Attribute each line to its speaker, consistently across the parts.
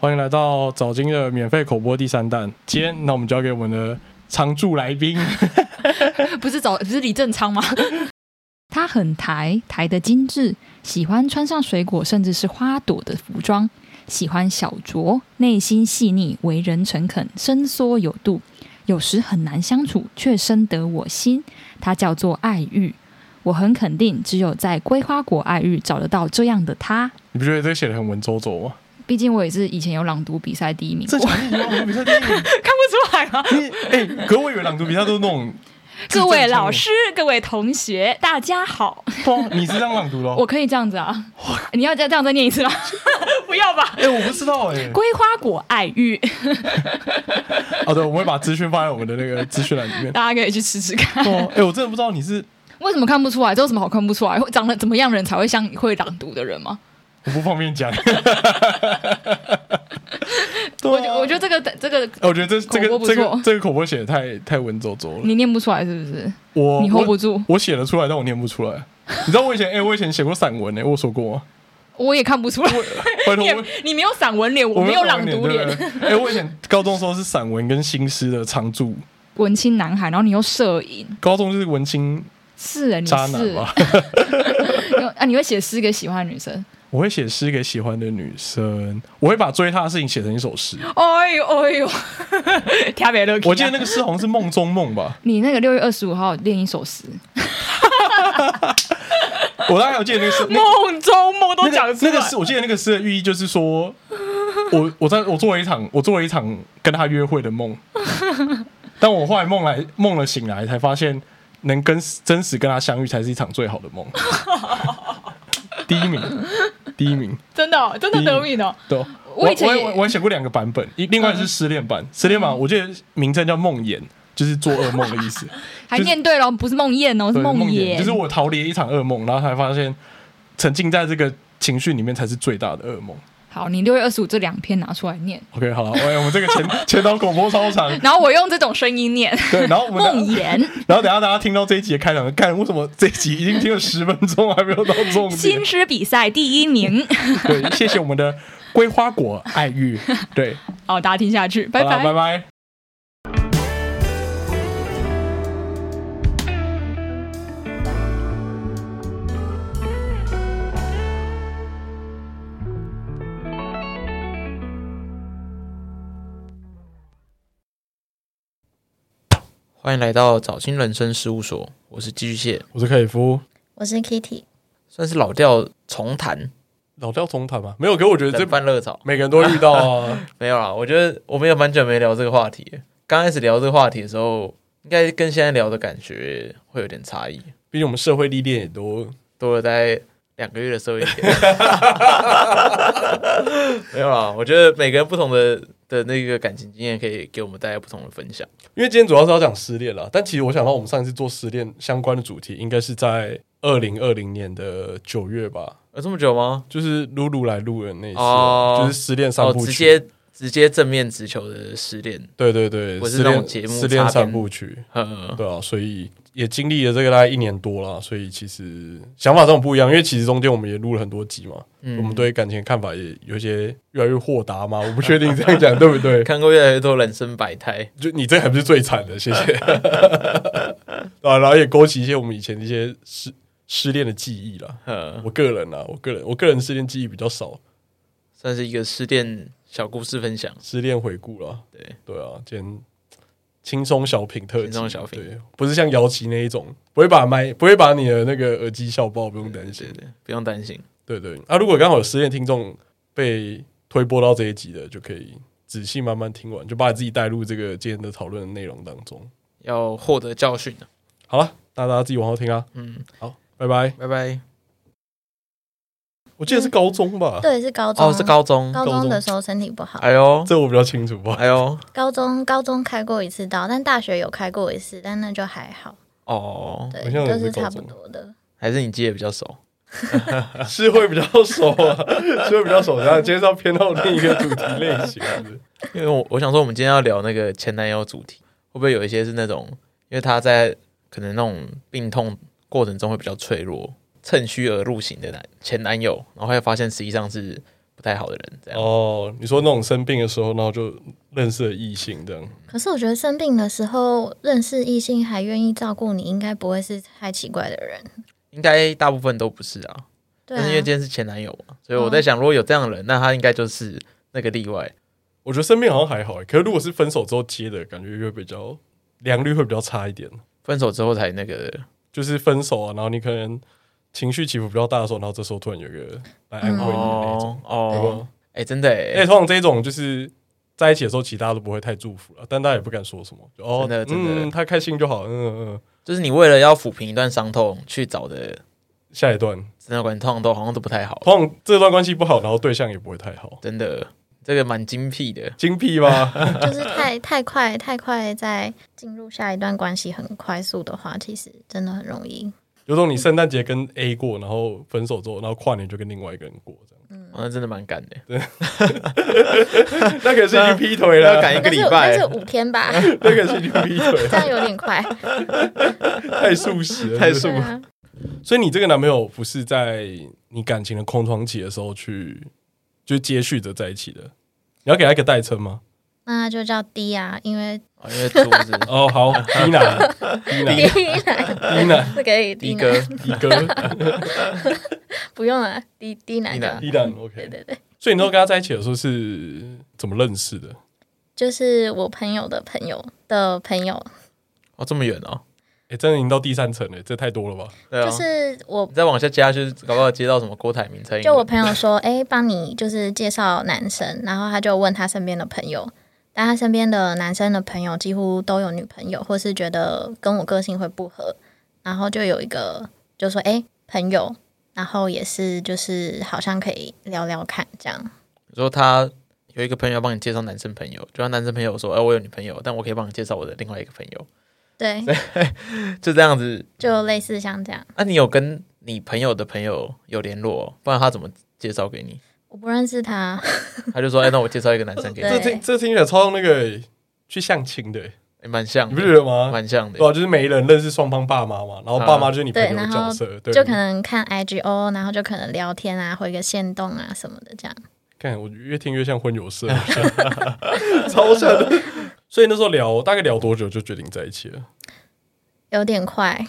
Speaker 1: 欢迎来到早金的免费口播第三弹。今天，那我们交给我们的常驻来宾，
Speaker 2: 不是找不是李正昌吗？ 他很台，台的精致，喜欢穿上水果甚至是花朵的服装，喜欢小酌，内心细腻，为人诚恳，伸缩有度，有时很难相处，却深得我心。他叫做爱玉。我很肯定，只有在瑰花果爱玉找得到这样的他。
Speaker 1: 你不觉得这个写的很文绉绉吗？
Speaker 2: 毕竟我也是以前有朗读比赛第一名，
Speaker 1: 这
Speaker 2: 我
Speaker 1: 讲你朗读比赛第一名，
Speaker 2: 看不出来吗？
Speaker 1: 你哎、可我以为朗读比赛都是那种
Speaker 2: 各位老师，各位同学，大家好。
Speaker 1: 哇，你是这样朗读的、
Speaker 2: 我
Speaker 1: 哦？
Speaker 2: 可以这样子啊？ 你要再这样再念一次吗？ 不要吧。
Speaker 1: 哎、我不知道哎、
Speaker 2: 瑰花果爱玉，
Speaker 1: 好哦的，我们会把资讯放在我们的那个资讯栏 里面。
Speaker 2: 大家可以去吃吃看。
Speaker 1: 哦，哎、我真的不知道你是，
Speaker 2: 为什么看不出来？这有什么好看不出来？会长得怎么样人才会像会朗读的人吗？
Speaker 1: 我不方便 讲。
Speaker 2: 我
Speaker 1: 对
Speaker 2: 觉
Speaker 1: 啊
Speaker 2: 我觉得这个这个
Speaker 1: 哎我觉得这这
Speaker 2: 口
Speaker 1: 个
Speaker 2: 播不
Speaker 1: 这个
Speaker 2: 错
Speaker 1: 这个口播写的太太文绉绉了，
Speaker 2: 你念不出来是不是？
Speaker 1: 我
Speaker 2: 你 hold 不住，
Speaker 1: 我写得出来，但我念不出来。你知道我以前哎、我以前写过散文哎、我有说过吗？
Speaker 2: 我也看不出来。
Speaker 1: 拜
Speaker 2: 你
Speaker 1: 托
Speaker 2: 也
Speaker 1: 我。
Speaker 2: 你没有散文脸，我没有朗读
Speaker 1: 脸。对
Speaker 2: 脸。
Speaker 1: 对对哎、我以前高中的时候是散文跟新诗的常驻，
Speaker 2: 文青男孩，然后你又摄影，
Speaker 1: 高中就是文青
Speaker 2: 是啊，你
Speaker 1: 渣
Speaker 2: 是
Speaker 1: 男吧。
Speaker 2: 啊，你会写诗给喜欢的女 生？
Speaker 1: 我会写诗给喜欢的女生，我会把追她的事情写成一首诗。
Speaker 2: 哎呦哎呦， 特别乐。
Speaker 1: 我记得那个诗好像是《梦中梦》吧，
Speaker 2: 啊你那个六月二十五号练一首诗，
Speaker 1: 我大概有记得那个诗。那
Speaker 2: 梦中梦都
Speaker 1: 那个那个诗，我记得那个诗的寓意就是说， 我我在我做了一场我做了一场跟她约会的 梦，但我后来梦来梦了醒来，才发现能跟真实跟她相遇才是一场最好 的梦。第一名，第一名。
Speaker 2: 真的哦、真的
Speaker 1: 第一
Speaker 2: 得名哦。
Speaker 1: 对，
Speaker 2: 我以前
Speaker 1: 我
Speaker 2: 也嗯
Speaker 1: 我我写过两个版本，一另外是失恋版，失恋版我记得名称叫梦魇，就是做噩梦的意 思，
Speaker 2: 还念对了，不是梦魇哦，是
Speaker 1: 对，梦
Speaker 2: 魇。
Speaker 1: 就是我逃离一场噩梦，然后才发现沉浸在这个情绪里面才是最大的噩梦。
Speaker 2: 好，你六月二十五这两篇拿出来念，
Speaker 1: OK，好了，哎，我们这个 前前导广播超长，
Speaker 2: 然后我用这种声音念
Speaker 1: 对，然后我们
Speaker 2: 梦
Speaker 1: 等
Speaker 2: 魇。
Speaker 1: 然后等一下大家听到这一集的开场，看为什么这一集已经听了十分钟 还没有到重点
Speaker 2: 新。诗比赛第一名，
Speaker 1: 对，谢谢我们的桂花果爱玉，对，
Speaker 2: 好，大家听下去，拜
Speaker 1: 好啦
Speaker 2: 拜。
Speaker 1: 拜拜。
Speaker 3: 欢迎来到早金人生事务所，我是寄居蟹，
Speaker 1: 我是凯夫，
Speaker 4: 我是 Kitty，
Speaker 3: 算是老调重弹，
Speaker 1: 老调重弹嘛，没有，可我觉得这
Speaker 3: 冷饭热炒。
Speaker 1: 每个人都会遇到 啊。
Speaker 3: 没有啦，我觉得我们也蛮久没聊这个话题了。刚开始聊这个话题的时候，应该跟现在聊的感觉会有点差异，
Speaker 1: 毕竟我们社会历练也多，
Speaker 3: 多了大概两个月的社 会点。没有啦，我觉得每个人不同的的那个感情经验，可以给我们带来不同的分享。
Speaker 1: 因为今天主要是要讲失恋了。但其实我想到，我们上一次做失恋相关的主题，应该是在二零二零年的九月吧，
Speaker 3: 有这么久吗？
Speaker 1: 就是露露来录的那一次，啊
Speaker 3: 哦
Speaker 1: 就是失恋三
Speaker 3: 哦，
Speaker 1: 部曲。
Speaker 3: 直接直接正面直球的失恋，
Speaker 1: 对对对，
Speaker 3: 我是
Speaker 1: 失
Speaker 3: 那
Speaker 1: 恋
Speaker 3: 种节目
Speaker 1: 失恋
Speaker 3: 插
Speaker 1: 三
Speaker 3: 边
Speaker 1: 部曲，
Speaker 3: 呃，
Speaker 1: 对啊，所以也经历了这个大概一年多了，所以其实想法上不一样，因为其实中间我们也录了很多集嘛，
Speaker 3: 嗯
Speaker 1: 我们对感情的看法也有一些越来越豁达嘛，我不确定这样讲对不对？
Speaker 3: 看过越来越多人生百态。
Speaker 1: 就你这还不是最惨的，谢 谢。啊，然后也勾起一些我们以前的一些失失恋的记忆啦。
Speaker 3: 呃，
Speaker 1: 我个人啊，我个人，我个人失恋记忆比较少，
Speaker 3: 算是一个失恋小故事分享。
Speaker 1: 失恋回顾啦。
Speaker 3: 对
Speaker 1: 对啊，今天轻松小品特辑，
Speaker 3: 轻松小品
Speaker 1: 对，不是像姚琦那一种，不会把麦，不会把你的那个耳机笑爆，不用担心
Speaker 3: 对。对，不用担心。
Speaker 1: 对对，啊，如果刚好有失恋听众被推播到这一集的，就可以仔细慢慢听完，就把你自己带入这个今天的讨论的内容当中。
Speaker 3: 要获得教训了
Speaker 1: 好了，那大家自己往后听啊，
Speaker 3: 嗯，
Speaker 1: 拜拜。
Speaker 3: 拜拜。
Speaker 1: 我记得是高中吧，
Speaker 4: 对，是高中，
Speaker 3: 哦，是高中。
Speaker 4: 高
Speaker 1: 高中
Speaker 4: 中的时候身体不好，
Speaker 3: 哎呦，
Speaker 1: 这我比较清楚吧。
Speaker 3: 哎呦，
Speaker 4: 高中高中开过一次刀，但大学有开过一次，但那就还好，
Speaker 3: 哦，
Speaker 4: 对
Speaker 1: 好，像也
Speaker 4: 就是是
Speaker 1: 高
Speaker 4: 差
Speaker 1: 中
Speaker 4: 不多的。
Speaker 3: 还是你记得比较熟。
Speaker 1: 是会比较熟啊，是会比较熟。然后今天是要偏到另一个主题类型，是不是
Speaker 3: 因为我我想说，我们今天要聊那个前男友主题，会不会有一些是那种，因为他在可能那种病痛过程中会比较脆弱，趁虚而入型的男前男友，然后后来发现实际上是不太好的人，这样。
Speaker 1: 哦，你说那种生病的时候，然后就认识了异性这样，
Speaker 4: 可是我觉得生病的时候认识异性还愿意照顾你，应该不会是太奇怪的人。
Speaker 3: 应该大部分都不是啊，
Speaker 4: 对
Speaker 3: 但是因为
Speaker 4: 啊嗯
Speaker 3: 今，天是前男友嘛，所以我在想，如果有这样的人，那他应该就是那个例外。
Speaker 1: 我觉得生病好像还好欸，可是如果是分手之后接的，感觉又比较良率会比较差一点。
Speaker 3: 分手之后才那个，
Speaker 1: 就是分手啊，然后你可能情绪起伏比较大的时候，然后这时候突然有一个来安慰
Speaker 4: 嗯
Speaker 1: 你的那种。
Speaker 3: 哦哦，哎、真的
Speaker 1: 哎、
Speaker 3: 哎、
Speaker 1: 通常这种就是在一起的时候，其实大家都不会太祝福了，但大家也不敢说什么。就哦，
Speaker 3: 真的真的
Speaker 1: 嗯，他开心就好。嗯嗯嗯，
Speaker 3: 就是你为了要抚平一段伤痛去找的
Speaker 1: 下一段，
Speaker 3: 真的关系，通常都好像都不太好，
Speaker 1: 通常这段关系不好，然后对象也不会太好，
Speaker 3: 真的，这个蛮精辟的。
Speaker 1: 精辟吧？
Speaker 4: 就是太太快太快，在进入下一段关系很快速的话，其实真的很容易。
Speaker 1: 有种你圣诞节跟 A 过，然后分手之后，然后跨年就跟另外一个人过，这样，
Speaker 4: 嗯
Speaker 3: 哦、那真的蛮赶的，
Speaker 1: 那个是已经劈腿
Speaker 3: 要
Speaker 1: 了，
Speaker 3: 赶一个
Speaker 4: 但
Speaker 3: 礼
Speaker 4: 是
Speaker 3: 拜
Speaker 4: 但是，五天 吧，
Speaker 1: 那个是已经劈腿
Speaker 4: 这
Speaker 1: 了，
Speaker 4: 样有点快。
Speaker 1: 太速食了，
Speaker 3: 太
Speaker 1: 是
Speaker 3: 速
Speaker 1: 不
Speaker 4: 对
Speaker 1: 是
Speaker 4: 啊，
Speaker 1: 所以你这个男朋友不是在你感情的空窗期的时候去就接续着在一起的，你要给他一个代称吗？
Speaker 4: 那就叫 D 啊，因为
Speaker 3: 哦、因为竹子
Speaker 1: 哦，好，低男，低男，
Speaker 4: D 男
Speaker 1: 低男，
Speaker 4: 是给 D
Speaker 3: 的
Speaker 4: 男，
Speaker 3: 哥，
Speaker 1: 低哥，
Speaker 4: 不用了，D D 男
Speaker 3: D
Speaker 4: 就
Speaker 3: 男
Speaker 4: 好。
Speaker 1: 低男
Speaker 4: 对
Speaker 1: ，OK。
Speaker 4: 对对，
Speaker 1: 所以你都跟他在一起的时候是怎么认识的？
Speaker 4: 就是我朋友的朋友的朋友，
Speaker 3: 哦，这么远哦，
Speaker 1: 哎、真的已经到第三层了，这太多了吧？
Speaker 3: 对啊，
Speaker 4: 就是我
Speaker 3: 你再往下加，就是搞不好接到什么郭台铭蔡英文
Speaker 4: 就我朋友说，哎、帮你就是介绍男生，然后他就问他身边的朋友，但他身边的男生的朋友几乎都有女朋友，或是觉得跟我个性会不合，然后就有一个就说，哎、朋友，然后也是就是好像可以聊聊看这样，
Speaker 3: 你说他有一个朋友要帮你介绍男生朋友，就他男生朋友说：“哎、我有女朋友，但我可以帮你介绍我的另外一个朋友。
Speaker 4: 对，”
Speaker 3: 就这样子。
Speaker 4: 就类似像这样，
Speaker 3: 那、你有跟你朋友的朋友有联络哦、不然他怎么介绍给你？
Speaker 4: 我不认识他，
Speaker 3: 他就说：“哎、那我介绍一个男生给你
Speaker 1: 这
Speaker 4: 对，
Speaker 1: 听这听起来超像那个、去相亲的、
Speaker 3: 哎蛮、像
Speaker 1: 你
Speaker 3: 的，
Speaker 1: 不觉得吗？
Speaker 3: 蛮像的
Speaker 1: 对、。啊，就是每一人认识双方爸妈嘛，然后
Speaker 3: 嗯
Speaker 1: 爸妈就是你朋友
Speaker 4: 对
Speaker 1: 的
Speaker 4: 然后
Speaker 1: 角色，对，
Speaker 4: 就可能看 IGO，然后就可能聊天啊，回个线动啊什么的这样。
Speaker 1: 看我越听越像婚友社， 超像的。所以那时候聊大概聊多久就决定在一起了？
Speaker 4: 有点快，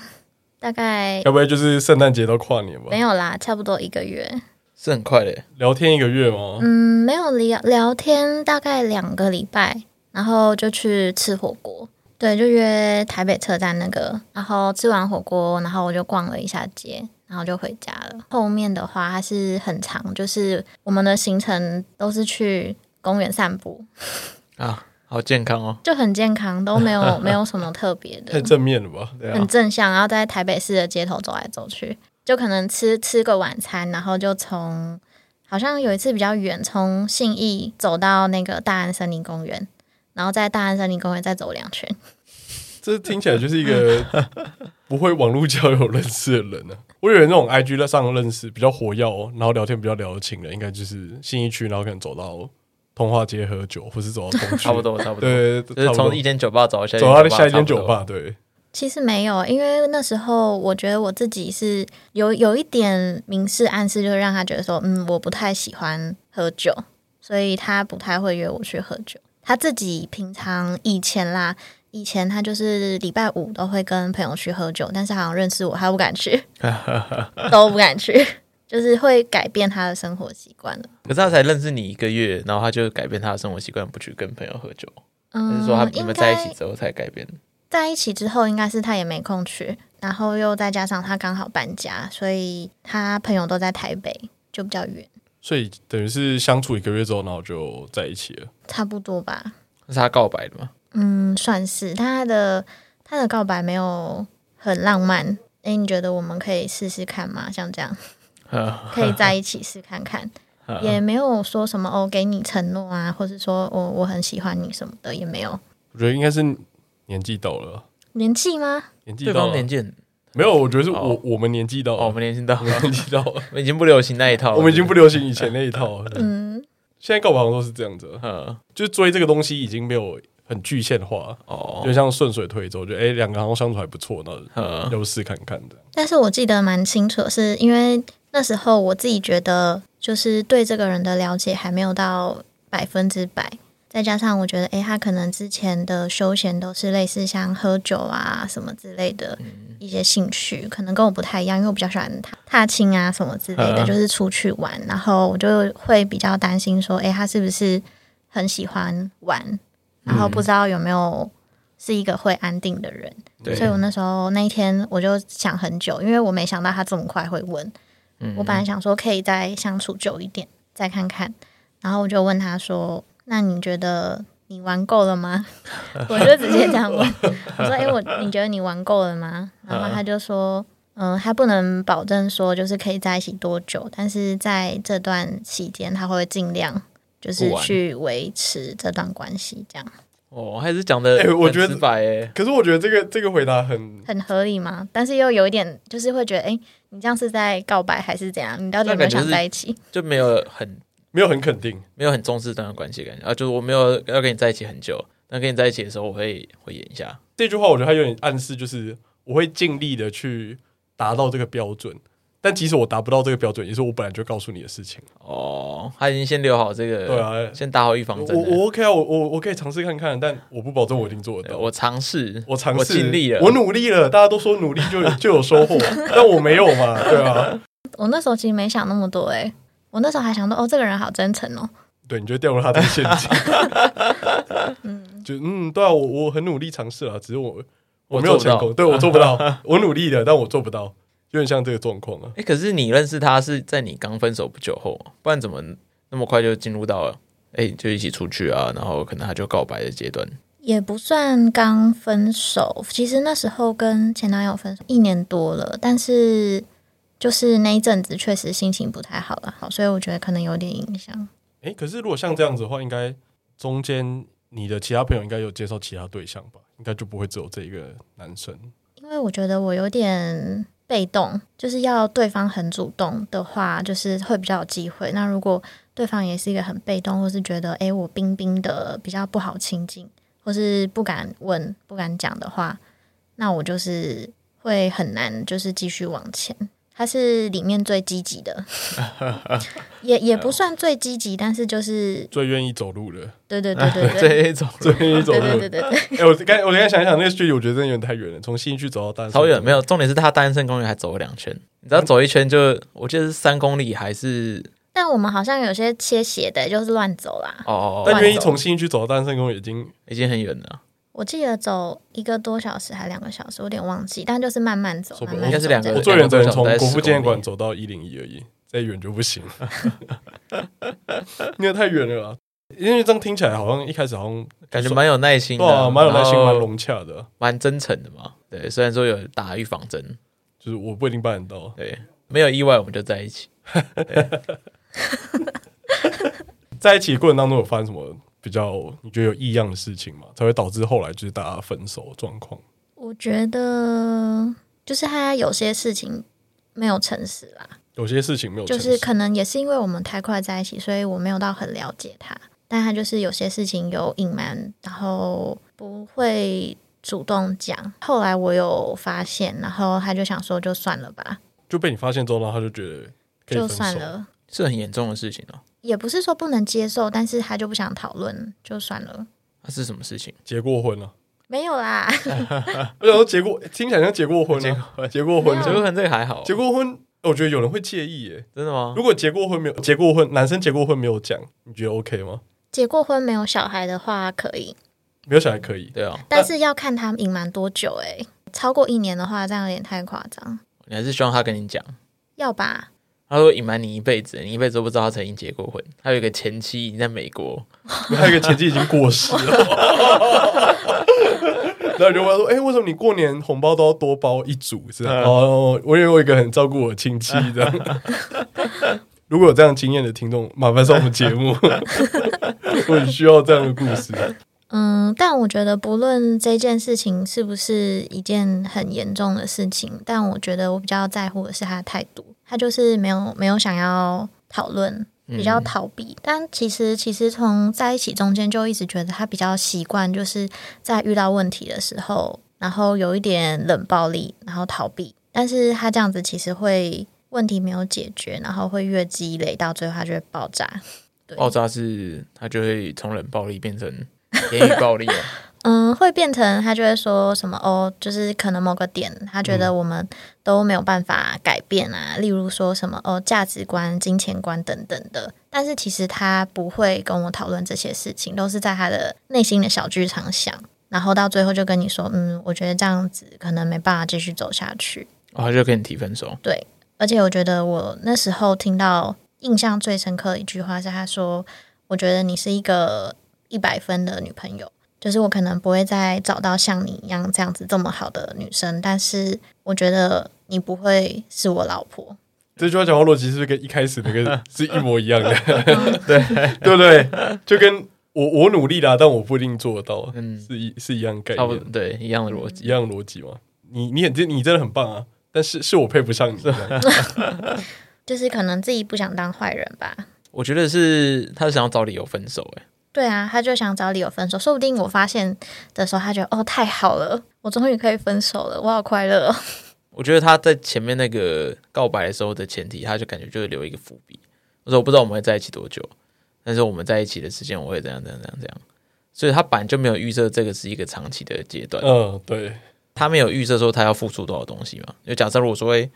Speaker 4: 大概
Speaker 1: 要不然就是圣诞节到跨年吧
Speaker 4: 没，有啦，差不多一个月。
Speaker 3: 是很快的耶，
Speaker 1: 聊天一个月吗？
Speaker 4: 嗯，没有聊聊天，大概两个礼拜，然后就去吃火锅。对，就约台北车站那个，然后吃完火锅，然后我就逛了一下街，然后就回家了。后面的话还是很长，就是我们的行程都是去公园散步，
Speaker 3: 啊，好健康哦。
Speaker 4: 就很健康，都没有没有什么特别的，
Speaker 1: 太正面了吧？
Speaker 3: 对啊
Speaker 4: 很，正向，然后在台北市的街头走来走去，就可能吃吃个晚餐，然后就从好像有一次比较远，从信义走到那个大安森林公园，然后在大安森林公园再走两圈。
Speaker 1: 这听起来就是一个 不会网络交友认识的人呢、啊我以为那种 IG 在上认识比较活跃、哦，然后聊天比较聊得情的，应该就是信义区，然后可能走到通化街喝酒，或是走到东区，
Speaker 3: 差不多，差不多。
Speaker 1: 对，对，
Speaker 3: 就
Speaker 1: 对差
Speaker 3: 是
Speaker 1: 不多
Speaker 3: 从一间酒吧走到下
Speaker 1: 走到下一
Speaker 3: 间
Speaker 1: 间酒
Speaker 3: 吧，
Speaker 1: 吧，对，
Speaker 4: 其实没有，因为那时候我觉得我自己是有有一点明示暗示，就是让他觉得说，嗯，我不太喜欢喝酒，所以他不太会约我去喝酒。他自己平常以前啦，以前他就是礼拜五都会跟朋友去喝酒，但是好像认识我，他不 敢去，都不敢去，就是会改变他的生活习惯了。
Speaker 3: 可是他才认识你一个月，然后他就改变他的生活习惯，不去跟朋友喝酒，还
Speaker 4: 嗯，
Speaker 3: 是说他你
Speaker 4: 应
Speaker 3: 们
Speaker 4: 该
Speaker 3: 在一起之后才改变？
Speaker 4: 在一起之后，应该是他也没空去，然后又再加上他刚好搬家，所以他朋友都在台北，就比较远，
Speaker 1: 所以等于是相处一个月之后，然后就在一起了。
Speaker 4: 差不多吧。
Speaker 3: 那是他告白的吗？
Speaker 4: 嗯，算是但他的他的告白没有很浪漫。诶，你觉得我们可以试试看吗？像这样可以在一起试看 看，也没有说什么哦，给你承诺啊，或是说我、我很喜欢你什么的，也没有。
Speaker 1: 我觉得应该是年纪到了，
Speaker 4: 年纪吗？
Speaker 1: 年纪
Speaker 3: 对
Speaker 1: 到
Speaker 3: 方
Speaker 1: 了，
Speaker 3: 年纪很
Speaker 1: 没有，我觉得是我、
Speaker 3: 哦
Speaker 1: 我们年纪到了，
Speaker 3: 哦，我们年纪到
Speaker 1: 我
Speaker 3: 了
Speaker 1: 们年纪到 了，
Speaker 3: 我们已经不流行那一套了，
Speaker 1: 我们已经不流行以前那一套了。
Speaker 4: 嗯，
Speaker 1: 现在告白好像都是这样子了，
Speaker 3: 嗯
Speaker 1: 就是追这个东西已经没有很具现化，
Speaker 3: 哦
Speaker 1: 就像顺水推舟，就哎两、个好像相处还不错，那
Speaker 3: 嗯
Speaker 1: 要不试看看的。
Speaker 4: 但是我记得蛮清楚的是，因为那时候我自己觉得，就是对这个人的了解还没有到百分之百，再加上我觉得，诶，他可能之前的休闲都是类似像喝酒啊什么之类的一些兴趣，可能跟我不太一样，因为我比较喜欢踏踏青啊什么之类的，
Speaker 3: 嗯
Speaker 4: 就是出去玩，然后我就会比较担心说，诶，他是不是很喜欢玩，然后不知道有没有是一个会安定的人。
Speaker 3: 对
Speaker 4: 所以我那时候那一天我就想很久，因为我没想到他这么快会问。
Speaker 3: 嗯
Speaker 4: 我本来想说可以再相处久一点，再看看。然后我就问他说：“那你觉得你玩够 了吗？”我就直接这样问，我说：“诶，我你觉得你玩够 了吗？”然
Speaker 3: 啊
Speaker 4: 后他就说：“嗯、他不能保证说就是可以在一起多久，但是在这段期间他会尽量就是
Speaker 3: 不玩
Speaker 4: 去维持这段关系，这样
Speaker 3: 哦，还是讲的、
Speaker 1: 哎我觉得
Speaker 3: 直白哎、
Speaker 1: 可是我觉得这个这个回答很
Speaker 4: 很合理吗？但是又有一点就是会觉得，诶，哎你这样是在告白还是怎样？你到底有没
Speaker 3: 那感
Speaker 4: 有
Speaker 3: 觉
Speaker 4: 想
Speaker 3: 是
Speaker 4: 在一起？
Speaker 3: 就没有很
Speaker 1: 没有很肯定，
Speaker 3: 没有很重视这段关系的感觉啊，就是我没有要跟你在一起很久，但跟你在一起的时候，我会会演一下，
Speaker 1: 这句话我觉得它有点暗示，就是我会尽力的去达到这个标准，但即使我达不到这个标准，也是我本来就告诉你的事情。
Speaker 3: 哦，他已经先留好这个，
Speaker 1: 对啊
Speaker 3: 先打好预防
Speaker 1: 我
Speaker 3: 针了。
Speaker 1: 我 OK 啊，我我我可以尝试看看，但我不保证我一定做得
Speaker 3: 对
Speaker 1: 到。
Speaker 3: 我尝试，
Speaker 1: 我尝
Speaker 3: 我
Speaker 1: 试
Speaker 3: 尽力了，
Speaker 1: 我努力了，大家都说努力就就有收获，但我没有嘛，对啊，
Speaker 4: 我那时候其实没想那么多、欸，诶，我那时候还想到，哦，这个人好真诚哦，
Speaker 1: 对，你就掉入他的陷阱。就嗯，对啊，我我很努力尝试啊了，只是我我没有
Speaker 3: 我做
Speaker 1: 成
Speaker 3: 不
Speaker 1: 功，
Speaker 3: 到
Speaker 1: 对我做不 到，我努力了，但我做不到，有点像这个状况啊。
Speaker 3: 哎、可是你认识他是在你刚分手不久后，不然怎么那么快就进入到了？哎、就一起出去啊，然后可能他就告白的阶段，
Speaker 4: 也不算刚分手。其实那时候跟前男友分手一年多了，但是就是那一阵子确实心情不太好了，好，所以我觉得可能有点影响。
Speaker 1: 诶，可是如果像这样子的话，应该中间你的其他朋友应该有介绍其他对象吧？应该就不会只有这一个男生。
Speaker 4: 因为我觉得我有点被动，就是要对方很主动的话，就是会比较有机会。那如果对方也是一个很被动，或是觉得诶我冰冰的比较不好亲近，或是不敢问、不敢讲的话，那我就是会很难，就是继续往前。他是里面最积极的，也也不算最积极，但是就是
Speaker 1: 最愿意走路了，
Speaker 4: 对对对对 对
Speaker 3: 这一种
Speaker 1: 最愿意走
Speaker 4: 对
Speaker 1: 路。
Speaker 4: 对对对对，
Speaker 1: 哎、我刚我刚才想一想，那个距离我觉得真的有点太远了，从新一区走到大安山
Speaker 3: 超远，没有。重点是他单身公园还走了两圈，你知道走一圈就，我记得是三公里还是
Speaker 4: 但我们好像有些切斜的，就是乱走啦。
Speaker 3: 哦哦
Speaker 1: 但
Speaker 3: 哦，
Speaker 1: 愿意从新一区走到大安山公园已经
Speaker 3: 已经很远了，
Speaker 4: 我记得走一个多小时还两个小时，我有点忘记，但就是慢慢走，
Speaker 1: 说不
Speaker 4: 慢
Speaker 1: 定
Speaker 3: 应
Speaker 4: 慢走
Speaker 3: 该是两个
Speaker 4: 这
Speaker 1: 我
Speaker 4: 样
Speaker 1: 最远只能从
Speaker 3: 大概
Speaker 1: 国父
Speaker 3: 10
Speaker 1: 纪念
Speaker 3: 公里
Speaker 1: 馆走到一零一而已，再远就不行，因为太远了啦。因为这样听起来好像一开始好像
Speaker 3: 感觉蛮有耐心的，
Speaker 1: 对啊，蛮有耐心，
Speaker 3: 然后
Speaker 1: 蛮融洽的啊，
Speaker 3: 蛮真诚的嘛。对，虽然说有打预防针，
Speaker 1: 就是我不一定办得到。
Speaker 3: 对，没有意外我们就在一起。
Speaker 1: 在一起的过程当中有发生什么比较你觉得有异样的事情吗？才会导致后来就是大家分手的状况？
Speaker 4: 我觉得就是他有些事情没有诚实啦，
Speaker 1: 有些事情没有
Speaker 4: 就
Speaker 1: 诚
Speaker 4: 是
Speaker 1: 实，
Speaker 4: 可能也是因为我们太快在一起，所以我没有到很了解他，但他就是有些事情有隐瞒，然后不会主动讲。后来我有发现，然后他就想说就算了吧，
Speaker 1: 就被你发现之后，然后他就觉得可以
Speaker 4: 就
Speaker 1: 分手
Speaker 4: 算了。
Speaker 3: 是很严重的事情哦。
Speaker 4: 也不是说不能接受，但是他就不想讨论，就算了，
Speaker 3: 那是什么事情？
Speaker 1: 结过婚了。
Speaker 4: 没有啦。
Speaker 1: 我想说结过，听起来像结过婚
Speaker 3: 结
Speaker 1: 啊，结过婚
Speaker 4: 没，有
Speaker 3: 结过婚这个还好，
Speaker 1: 结过婚，我觉得有人会介意耶。
Speaker 3: 真的吗？
Speaker 1: 如果结过婚没有结过婚，男生结过婚没有讲，你觉得 OK 吗？
Speaker 4: 结过婚没有小孩的话可以，
Speaker 1: 没有小孩可以，
Speaker 3: 对啊，
Speaker 4: 但是要看他隐瞒多久、欸。超过一年的话，这样有点太夸张。
Speaker 3: 你还是希望他跟你讲。
Speaker 4: 要吧？
Speaker 3: 他说隐瞒你一辈子，你一辈子都不知道他曾经结过婚。他有一个前妻已经在美国，
Speaker 1: 还有一个前妻已经过世了。然后你就问 他说：“哎、为什么你过年红包都要多包一组？是吧？”
Speaker 3: 嗯
Speaker 1: 哦，我也有一个很照顾我亲戚的。如果有这样经验的听众，麻烦上我们节 目，我很需要这样的故事。
Speaker 4: 嗯，但我觉得不论这件事情是不是一件很严重的事情，但我觉得我比较在乎的是他的态度，他就是没有没有想要讨论，比较逃避。但其实其实从在一起中间就一直觉得他比较习惯，就是在遇到问题的时候，然后有一点冷暴力，然后逃避。但是他这样子其实会问题没有解决，然后会越积累到最后它就会爆炸。
Speaker 1: 嗯
Speaker 4: 对，
Speaker 3: 爆炸是他就会从冷暴力变成言语暴力了。
Speaker 4: 嗯，会变成他就会说什么哦，就是可能某个点，他觉得我们都没有办法改变啊，例如说什么哦，价值观、金钱观等等的。但是其实他不会跟我讨论这些事情，都是在他的内心的小剧场想，然后到最后就跟你说，嗯，我觉得这样子可能没办法继续走下去。
Speaker 3: 哦，他就跟你提分手，
Speaker 4: 对，而且我觉得我那时候听到印象最深刻的一句话是，他说：“我觉得你是一个一百分的女朋友，就是我可能不会再找到像你一样这样子这么好的女生，但是我觉得你不会是我老 婆。
Speaker 1: 这句话讲话逻辑是不是跟一开始那
Speaker 3: 嗯
Speaker 1: 个是一模一样 的？对对不对？就跟我我努力啦，但我不一定做得到，
Speaker 3: 嗯，
Speaker 1: 是一是一样概
Speaker 3: 差不
Speaker 1: 念，
Speaker 3: 多对一样的逻辑。
Speaker 1: 一样逻辑嘛。你你很你真的很棒啊，但是是我配不上你。这样
Speaker 4: 就是可能自己不想当坏人吧。”
Speaker 3: 我觉得是他想要找理由分手，哎，
Speaker 4: 对啊，他就想找理由分手。说不定我发现的时候，他觉得哦太好了，我终于可以分手了，我好快乐、哦。
Speaker 3: 我觉得他在前面那个告白的时候的前提，他就感觉就是留一个伏笔。我说我不知道我们会在一起多久，但是我们在一起的时间我会怎样怎样怎样怎样，所以他本来就没有预设这个是一个长期的阶段，
Speaker 1: 嗯，对，
Speaker 3: 他没有预设说他要付出多少东西嘛。就假设如果说诶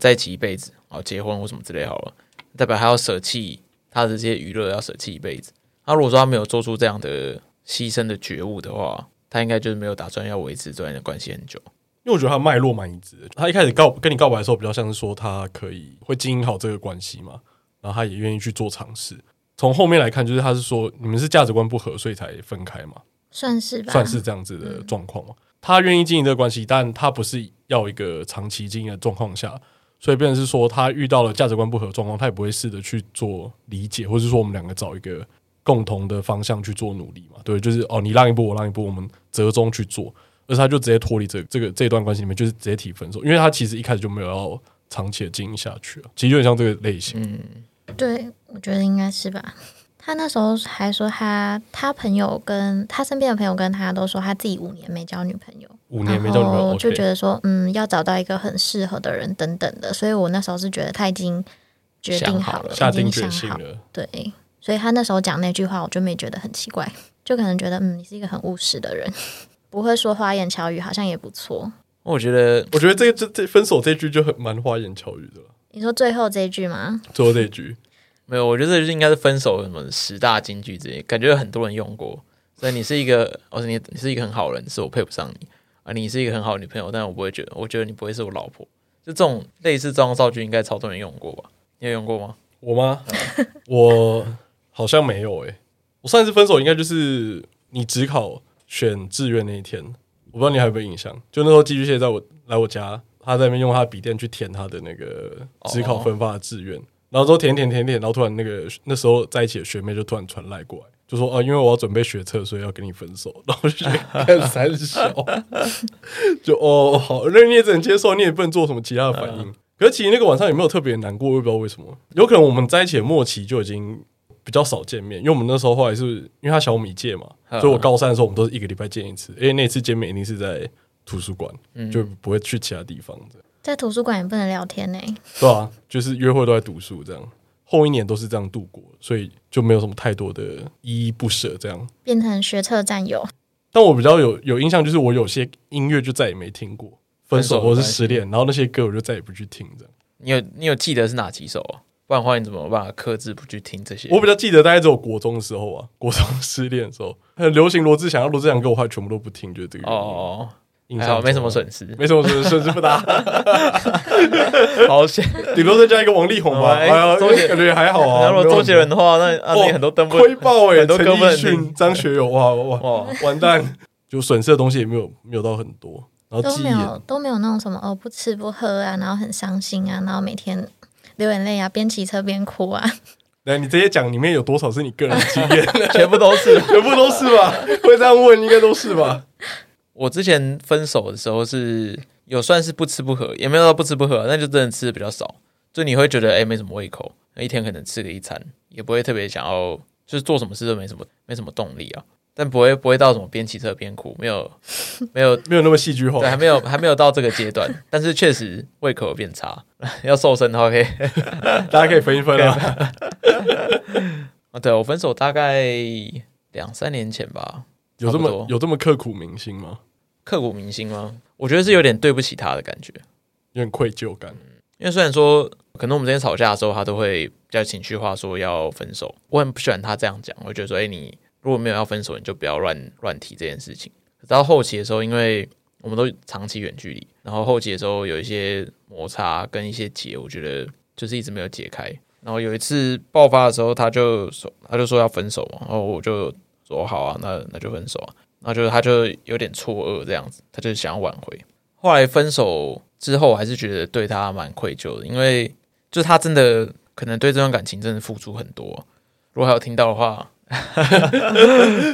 Speaker 3: 在一起一辈子，哦，结婚或什么之类好了，代表他要舍弃他的这些娱乐，要舍弃一辈子。他如果说他没有做出这样的牺牲的觉悟的话，他应该就是没有打算要维持这段的关系很久。
Speaker 1: 因为我觉得他脉络蛮一致的。他一开始告跟你告白的时候，比较像是说他可以会经营好这个关系嘛，然后他也愿意去做尝试。从后面来看，就是他是说你们是价值观不合，所以才分开嘛，
Speaker 4: 算是吧，
Speaker 1: 算是这样子
Speaker 4: 嗯
Speaker 1: 的状况嘛。他愿意经营这个关系，但他不是要一个长期经营的状况下，所以变成是说他遇到了价值观不合的状况，他也不会试着去做理解，或是说我们两个找一个共同的方向去做努力嘛。对，就是哦，你让一步，我让一步，我们折中去做，而是他就直接脱离这这个这段关系里面，就是直接提分手，因为他其实一开始就没有要长期的经营下去啊，其实有点像这个类型。
Speaker 3: 嗯，
Speaker 4: 对，我觉得应该是吧。 他那时候还说他他朋友跟他身边的朋友跟他都说他自己五年没交女朋友，
Speaker 1: 五年没交女朋
Speaker 4: 然
Speaker 1: 友
Speaker 4: 后哦就觉
Speaker 1: ，OK，
Speaker 4: 得说嗯要找到一个很适合的人等等的，所以我那时候是觉得他已经决定好了，
Speaker 1: 下
Speaker 4: 已
Speaker 1: 定
Speaker 4: 经
Speaker 1: 决
Speaker 4: 想
Speaker 1: 心
Speaker 4: 好，
Speaker 1: 了。
Speaker 4: 对，所以他那时候讲那句话，我就没觉得很奇怪，就可能觉得嗯你是一个很务实的人， 不会说花言巧语，好像也不错。
Speaker 3: 我觉得
Speaker 1: 我觉得这个这这分手这句就很蛮花言巧语的了，
Speaker 4: 你说最后这一句吗？
Speaker 1: 最后这一句。
Speaker 3: 没有，我觉得这就是应该是分手什么十大金句之类，感觉很多人用过。所以你是一个，我、哦、你你是一个很好人，是我配不上你啊。你是一个很好的女朋友，但我不会觉得，我觉得你不会是我老婆。就这种类似这种造句，应该超多人用过吧？你有用过吗？
Speaker 1: 我吗？ 我好像没有诶、我上一次分手应该就是你只考选志愿那一天，我不知道你还有没有印象？就那时候寄居蟹在我来我家，他在那边用他的笔电去填他的那个只考分发的志愿，然后之后填填填填，然后突然那个那时候在一起的学妹就突然传来过来，就说啊，因为我要准备学测，所以要跟你分手。 然后我就觉得干三小， 就哦好，那你也只能接受，你也不能做什么其他的反应。可是其实那个晚上也没有特别难过，我也不知道为什么，有可能我们在一起的末期就已经比较少见面，因为我们那时候后来是因为他小我们一届嘛，
Speaker 3: 嗯
Speaker 1: 所以我高三的时候我们都是一个礼拜见一次，因为那次见面一定是在图书馆，
Speaker 3: 嗯，
Speaker 1: 就不会去其他地方的，
Speaker 4: 在图书馆也不能聊天呢、
Speaker 1: 对啊，就是约会都在读书这样。后一年都是这样度过，所以就没有什么太多的依依不舍这样。
Speaker 4: 变成学测战友。
Speaker 1: 但我比较有有印象，就是我有些音乐就再也没听过，分手或是失恋，然后那些歌我就再也不去听这样。
Speaker 3: 你有你有记得是哪几首啊？不然的话，你怎么有办法克制不去听这些？
Speaker 1: 我比较记得大概只有国中的时候啊， 国中失恋的时候，很流行罗志祥，罗志祥歌我后来全部都不听，就是这个
Speaker 3: 哦哦
Speaker 1: 原因
Speaker 3: 哦，还好没什么
Speaker 1: 损，
Speaker 3: 损失，
Speaker 1: 没什么损失，损失不大，
Speaker 3: 好险。
Speaker 1: 顶多再加一个王力宏吧，
Speaker 3: 哎
Speaker 1: 哎呀，
Speaker 3: 周杰
Speaker 1: 感觉还 好啊。
Speaker 3: 然后
Speaker 1: 没
Speaker 3: 如
Speaker 1: 有
Speaker 3: 果周杰伦的话，那啊
Speaker 1: 哦
Speaker 3: 你很多灯不
Speaker 1: 亏爆哎，
Speaker 3: 很多
Speaker 1: 陈
Speaker 3: 歌不
Speaker 1: 奕
Speaker 3: 能
Speaker 1: 迅、
Speaker 3: 听
Speaker 1: 张学友，哇哇
Speaker 3: 哇，
Speaker 1: 完蛋，就损失的东西也没有没有到很多，然后
Speaker 4: 都
Speaker 1: 记忆
Speaker 4: 没
Speaker 1: 也
Speaker 4: 有都没有那种什么哦不吃不喝啊，然后很伤心啊，然后每天流眼泪啊，边骑车边哭啊，
Speaker 1: 来，你直接讲里面有多少是你个人的经验？
Speaker 3: 全部都是。
Speaker 1: 全部都是吧？会这样问，应该都是吧？
Speaker 3: 我之前分手的时候是有算是不吃不喝，也没有到不吃不喝，啊那就真的吃的比较少，就你会觉得哎、没什么胃口，一天可能吃个一餐，也不会特别想要，就是做什么事都没什么没什么动力啊。但不会不会到什么边骑车边哭，没有没有，
Speaker 1: 没有那么戏剧化
Speaker 3: 对，。还没有还没有到这个阶段，但是确实胃口有变差， 要瘦身的话可以。
Speaker 1: 大家可以分一分啊。
Speaker 3: 啊，对我分手大概两三年前吧，
Speaker 1: 有这
Speaker 3: 差不
Speaker 1: 么
Speaker 3: 多
Speaker 1: 有这么刻骨铭心吗？
Speaker 3: 刻骨铭心吗？我觉得是有点对不起他的感觉，
Speaker 1: 有点愧疚感。
Speaker 3: 因为虽然说可能我们之间吵架的时候，他都会比较情绪化说要分手，我很不喜欢他这样讲，我觉得说，哎、你如果没有要分手，你就不要乱乱提这件事情。可是到后期的时候，因为我们都长期远距离，然后后期的时候有一些摩擦跟一些结，我觉得就是一直没有解开。然后有一次爆发的时候，他就说他就说要分手嘛，然后我就说好啊，那那就分手啊。然后就他就有点错愕这样子，他就想要挽回。后来分手之后，我还是觉得对他蛮愧疚的，因为就是他真的可能对这段感情真的付出很多。如果还有听到的话，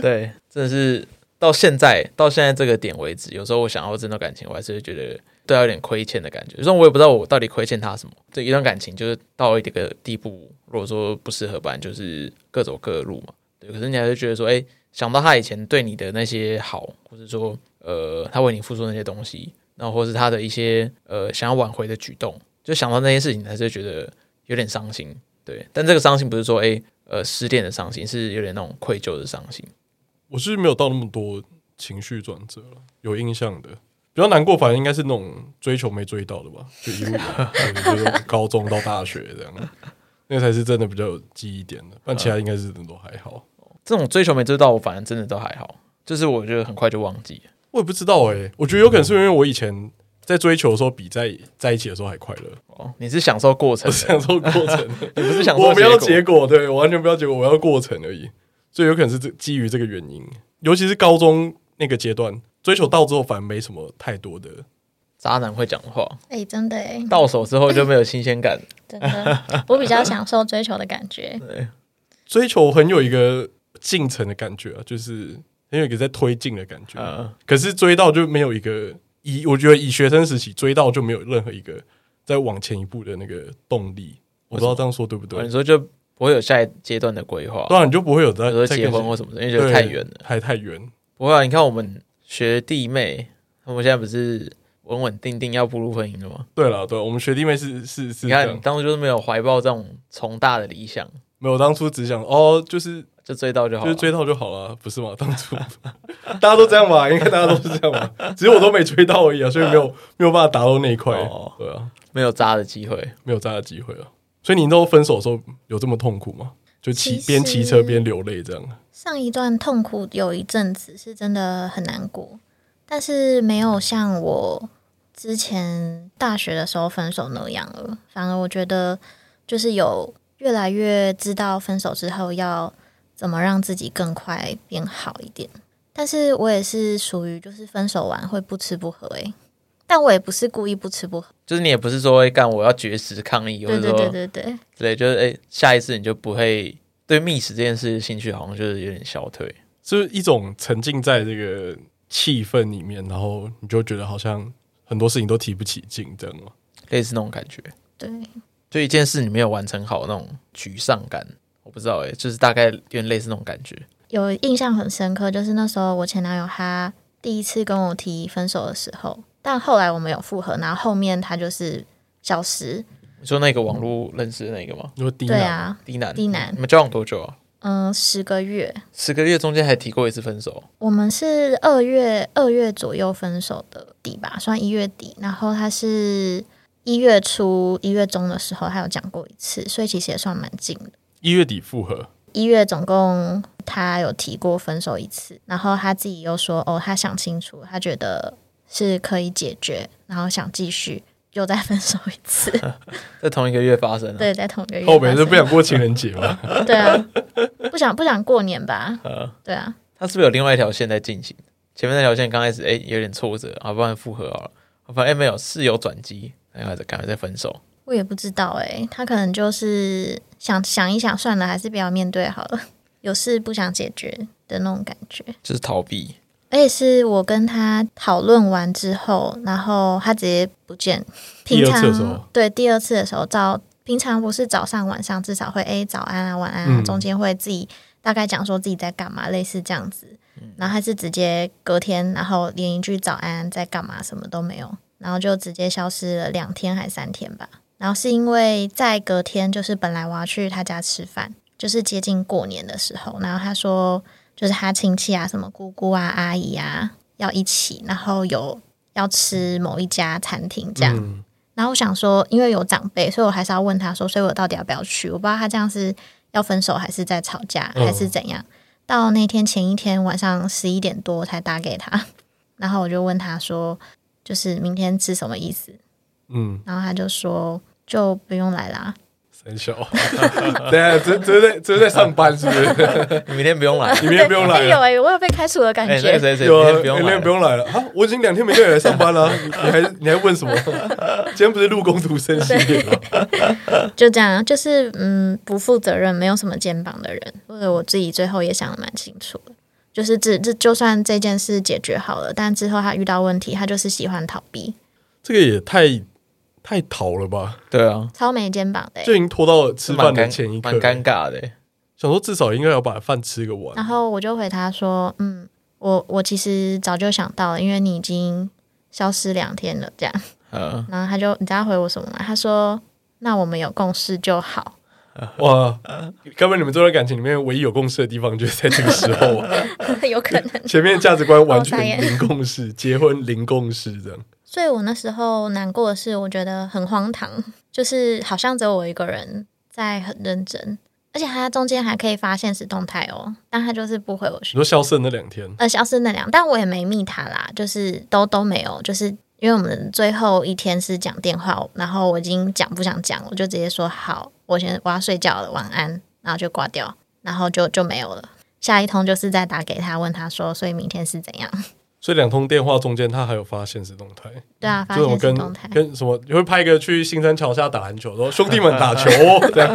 Speaker 3: 对，真的是到现在到现在这个点为止，有时候我想要这段感情，我还是会觉得对他有点亏欠的感觉。虽然我也不知道我到底亏欠他什么，这一段感情就是到一个地步，如果说不适合，本来就是各走各的路嘛。对，可是你还是觉得说，哎、想到他以前对你的那些好，或者说呃，他为你付出的那些东西，然后或是他的一些呃想要挽回的举动，就想到那些事情，还是会觉得有点伤心。对，但这个伤心不是说哎、诶呃失恋的伤心，是有点那种愧疚的伤心。
Speaker 1: 我是没有到那么多情绪转折了，有印象的。比较难过，反正应该是那种追求没追到的吧，就一路对就是高中到大学这样，那才是真的比较有记忆点的。但其他应该是真的都还好。
Speaker 3: 这种追求没追到，我反正真的都还好，就是我觉得很快就忘记了。
Speaker 1: 我也不知道哎、我觉得有可能是因为我以前在追求的时候比在在一起的时候还快乐，
Speaker 3: 哦，你是享受过程
Speaker 1: 我
Speaker 3: 的，
Speaker 1: 享受过程，
Speaker 3: 你不是享受
Speaker 1: 我不要
Speaker 3: 结
Speaker 1: 结
Speaker 3: 果。
Speaker 1: 果，对我完全不要结果，我要过程而已。所以有可能是这基于这个原因，尤其是高中那个阶段，追求到之后反而没什么太多的
Speaker 3: 渣男会讲话，
Speaker 4: 哎、真的哎、
Speaker 3: 到手之后就没有新鲜感。
Speaker 4: 真的，我比较享受追求的感觉。
Speaker 3: 对，
Speaker 1: 追求，很有一个进程的感觉啊，就是很有一个在推进的感觉。
Speaker 3: 呃，
Speaker 1: 可是追到就没有一个以我觉得以学生时期追到就没有任何一个在往前一步的那个动力。我不知道这样说对不对
Speaker 3: 哦
Speaker 1: 啊
Speaker 3: 你？说就不会有下一阶段的规划
Speaker 1: 当，然你就不会有在
Speaker 3: 比如说
Speaker 1: 在
Speaker 3: 结
Speaker 1: 跟
Speaker 3: 婚
Speaker 1: 谁
Speaker 3: 或什么的，因为觉得太远了。
Speaker 1: 对还太远。
Speaker 3: 不会啊，你看我们学弟妹，他们现在不是稳稳定定要步入婚姻了吗？
Speaker 1: 对了，对，我们学弟妹是是是
Speaker 3: 你
Speaker 1: 这
Speaker 3: 看你
Speaker 1: 样，
Speaker 3: 当初就是没有怀抱这种崇大的理想，
Speaker 1: 没有当初只想哦，就是
Speaker 3: 就追到就好
Speaker 1: 就
Speaker 3: 了。
Speaker 1: 是追到就好了，不是吗？当初 大家都这样吧，应该大家都是这样吧，只是我都没追到而已啊，所以没有没有办法达到那一块
Speaker 3: 哦。
Speaker 1: 对啊，
Speaker 3: 没有渣的机会，
Speaker 1: 没有再的机会了。所以你那时候分手的时候有这么痛苦吗？就骑
Speaker 4: 其实
Speaker 1: 边骑车边流泪这样，
Speaker 4: 上一段痛苦有一阵子是真的很难过，但是没有像我之前大学的时候分手那样了。反而我觉得就是有越来越知道分手之后要怎么让自己更快变好一点。但是我也是属于就是分手完会不吃不喝诶、但我也不是故意不吃不喝。
Speaker 3: 就是你也不是说哎干我要绝食抗议，或
Speaker 4: 对
Speaker 3: 者
Speaker 4: 对对
Speaker 3: 说
Speaker 4: 对对，
Speaker 3: 之类，就是哎下一次你就不会对觅食这件事兴趣好像就是有点消退。
Speaker 1: 就是一种沉浸在这个气氛里面，然后你就觉得好像很多事情都提不起劲，这样吗？
Speaker 3: 类似那种感觉。
Speaker 4: 对，
Speaker 3: 就一件事你没有完成好那种沮丧感，我不知道哎、就是大概有点类似那种感觉。
Speaker 4: 有印象很深刻，就是那时候我前男友他第一次跟我提分手的时候，但后来我们有复合，然后后面他就是消失。
Speaker 3: 你说那个网络认识的那个吗？
Speaker 1: 你说低
Speaker 4: 对
Speaker 1: 男，
Speaker 4: 啊，
Speaker 3: 低男，
Speaker 4: 低男
Speaker 3: 你们交往多久啊？
Speaker 4: 嗯，十个月，
Speaker 3: 十个月中间还提过一次分手，
Speaker 4: 我们是二月二月左右分手的底吧，算一月底，然后他是一月初一月中的时候，他有讲过一次，所以其实也算蛮近的。
Speaker 1: 一月底复合，
Speaker 4: 一月总共他有提过分手一次，然后他自己又说哦，他想清楚，他觉得是可以解决，然后想继续，又再分手一 次。
Speaker 3: 在同一个月发生、啊。
Speaker 4: 对，在同一个月
Speaker 1: 后面是不
Speaker 4: 发生
Speaker 1: 想过情人节嘛？
Speaker 4: 对啊，不想不想过 年吧？
Speaker 1: 嗯
Speaker 4: 对啊，
Speaker 3: 他是不是有另外一条线在进行？前面那条线刚开始哎、有点挫折，啊，不然复合好了，啊，反正、哎没有是有转机，哎然后赶快再分手。
Speaker 4: 我也不知道哎、他可能就是想想一想，算了，还是不要面对好了，有事不想解决的那种感觉。
Speaker 3: 就是逃避，
Speaker 4: 而且是我跟他讨论完之后，然后他直接不见。
Speaker 1: 第
Speaker 4: 平
Speaker 1: 二
Speaker 4: 常
Speaker 1: 次的时候
Speaker 4: 对第二次的时候，早平常不是早上晚上至少会诶早安啊晚安啊，
Speaker 1: 嗯
Speaker 4: 中间会自己大概讲说自己在干嘛，类似这样子。
Speaker 1: 嗯
Speaker 4: 然后他是直接隔天，然后连一句早安在干嘛什么都没有，然后就直接消失了两天还三天吧。然后是因为在隔天，就是本来我要去他家吃饭，就是接近过年的时候，然后他说就是他亲戚啊，什么姑姑啊、阿姨啊要一起，然后有要吃某一家餐厅这样。
Speaker 1: 嗯
Speaker 4: 然后我想说，因为有长辈，所以我还是要问他说，所以我到底要不要去？我不知道他这样是要分手，还是在吵架，
Speaker 1: 嗯
Speaker 4: 还是怎样。到那天前一天晚上十一点多才打给他，然后我就问他说，就是明天吃什么意思？
Speaker 1: 嗯，
Speaker 4: 然后他就说就不用来啦。
Speaker 1: 三 小，等一下，这这是在这是在上班是不是？
Speaker 3: 你明天不用来，
Speaker 1: 你明天不用来
Speaker 4: 哎有
Speaker 1: 了，
Speaker 4: 哎、我有被开除的 感
Speaker 3: 哎，那
Speaker 4: 觉
Speaker 3: 个。谁谁
Speaker 1: 有
Speaker 3: 明
Speaker 1: 啊，
Speaker 3: 天不用
Speaker 1: 明
Speaker 3: 来
Speaker 1: 天不
Speaker 3: 了，
Speaker 1: 用来了啊！我已经两天没叫你来上班了，你你还你还问什么？今天不是入工读生系列吗？
Speaker 4: 就这样，就是嗯，不负责任、没有什么肩膀的人，或者我自己最后也想的蛮清楚的，就是这这就算这件事解决好了，但之后他遇到问题，他就是喜欢逃避，
Speaker 1: 这个也太太逃了吧！
Speaker 3: 对啊，
Speaker 4: 超没肩膀的欸、
Speaker 1: 就已经拖到吃
Speaker 3: 蛮
Speaker 1: 饭的前
Speaker 3: 尴
Speaker 1: 一刻
Speaker 3: 蛮，尴尬的欸，
Speaker 1: 想说至少应该要把饭吃个
Speaker 4: 然
Speaker 3: 啊
Speaker 1: 完。
Speaker 4: 后我就回他说，嗯，我我其实早就想到了，因为你已经消失两天了，这样。
Speaker 3: 嗯，
Speaker 4: 然后他就你知道他回我什么吗？他说，那我们有共识就好。
Speaker 1: 哇，根本你们这段感情里面唯一有共识的地方就是在这个时 候啊，
Speaker 4: 有可能。
Speaker 1: 前面价值观完
Speaker 4: 哦傻
Speaker 1: 全
Speaker 4: 眼
Speaker 1: 零共识，结婚零共识这样。
Speaker 4: 所以我那时候难过的是，我觉得很荒唐，就是好像只有我一个人在很认真，而且他中间还可以发现实动态哦，但他就是不回我
Speaker 1: 你
Speaker 4: 讯，
Speaker 1: 说消失的那两天，
Speaker 4: 呃，消失那两，但我也没密他啦，就是都都没有，就是因为我们最后一天是讲电话，然后我已经讲不想讲，我就直接说好，我先我要睡觉了，晚安，然后就挂掉，然后就就没有了。下一通就是再打给他，问他说，所以明天是怎样？
Speaker 1: 所以两通电话中间他还有发现实动态，
Speaker 4: 对啊，发
Speaker 1: 就是我
Speaker 4: 现实
Speaker 1: 跟
Speaker 4: 动态。
Speaker 1: 跟什么，你会拍一个去新山桥下打篮球，说兄弟们打球哦这 样。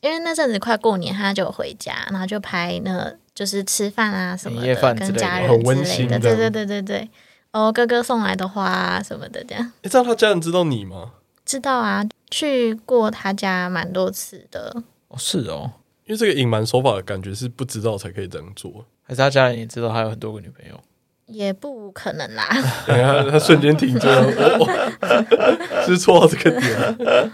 Speaker 4: 因为那阵子快过年，他就有回家，然后就拍那就是吃饭啊什么
Speaker 3: 年夜饭之类
Speaker 4: 跟
Speaker 3: 的
Speaker 4: 家人
Speaker 1: 很
Speaker 4: 之
Speaker 1: 哦温
Speaker 4: 类
Speaker 1: 馨
Speaker 4: 的，
Speaker 1: 的
Speaker 4: 对对对对对。哦，哥哥送来的花、啊、什么的，这样
Speaker 1: 诶这样他家人知道你吗？
Speaker 4: 知道啊。去过他家蛮多次的，
Speaker 3: 哦是哦，
Speaker 1: 因为这个隐瞒手法，感觉是不知道才可以这样做。
Speaker 3: 还是他家人也知道他有很多个女朋友，
Speaker 4: 也不可能啦。
Speaker 1: 等一啊下他瞬间 停住了，我、哦、是错到这个点。啊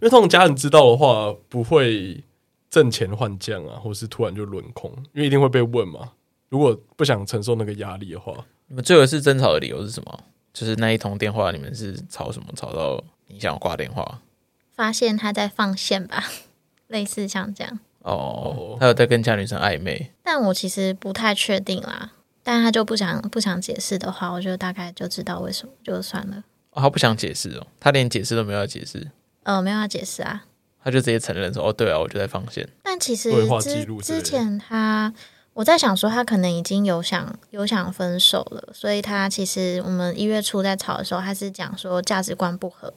Speaker 1: 因为通常家人知道的话，不会挣钱换将啊，或是突然就轮空，因为一定会被问嘛。如果不想承受那个压力的话，
Speaker 3: 你们最后一次争吵的理由是什么？就是那一通电话，你们是吵什么？吵到你想要挂电话？
Speaker 4: 发现他在放线吧， 类似像这样。
Speaker 3: 哦
Speaker 1: 哦，
Speaker 3: 他有在跟其他女生暧昧，
Speaker 4: 但我其实不太确定啦。但他就不想不想解释的话，我就大概就知道为什么，就算了。
Speaker 3: 哦，他不想解释哦，他连解释都没有要解释，
Speaker 4: 呃，没有要解释啊。
Speaker 3: 他就直接承认说：“哦，对啊，我就在放线。
Speaker 4: 但其实
Speaker 1: 对话记
Speaker 4: 之
Speaker 1: 录之类
Speaker 4: 之
Speaker 1: 的
Speaker 4: 前他，我在想说他可能已经有想有想分手了，所以他其实我们一月初在吵的时候，他是讲说价值观不合，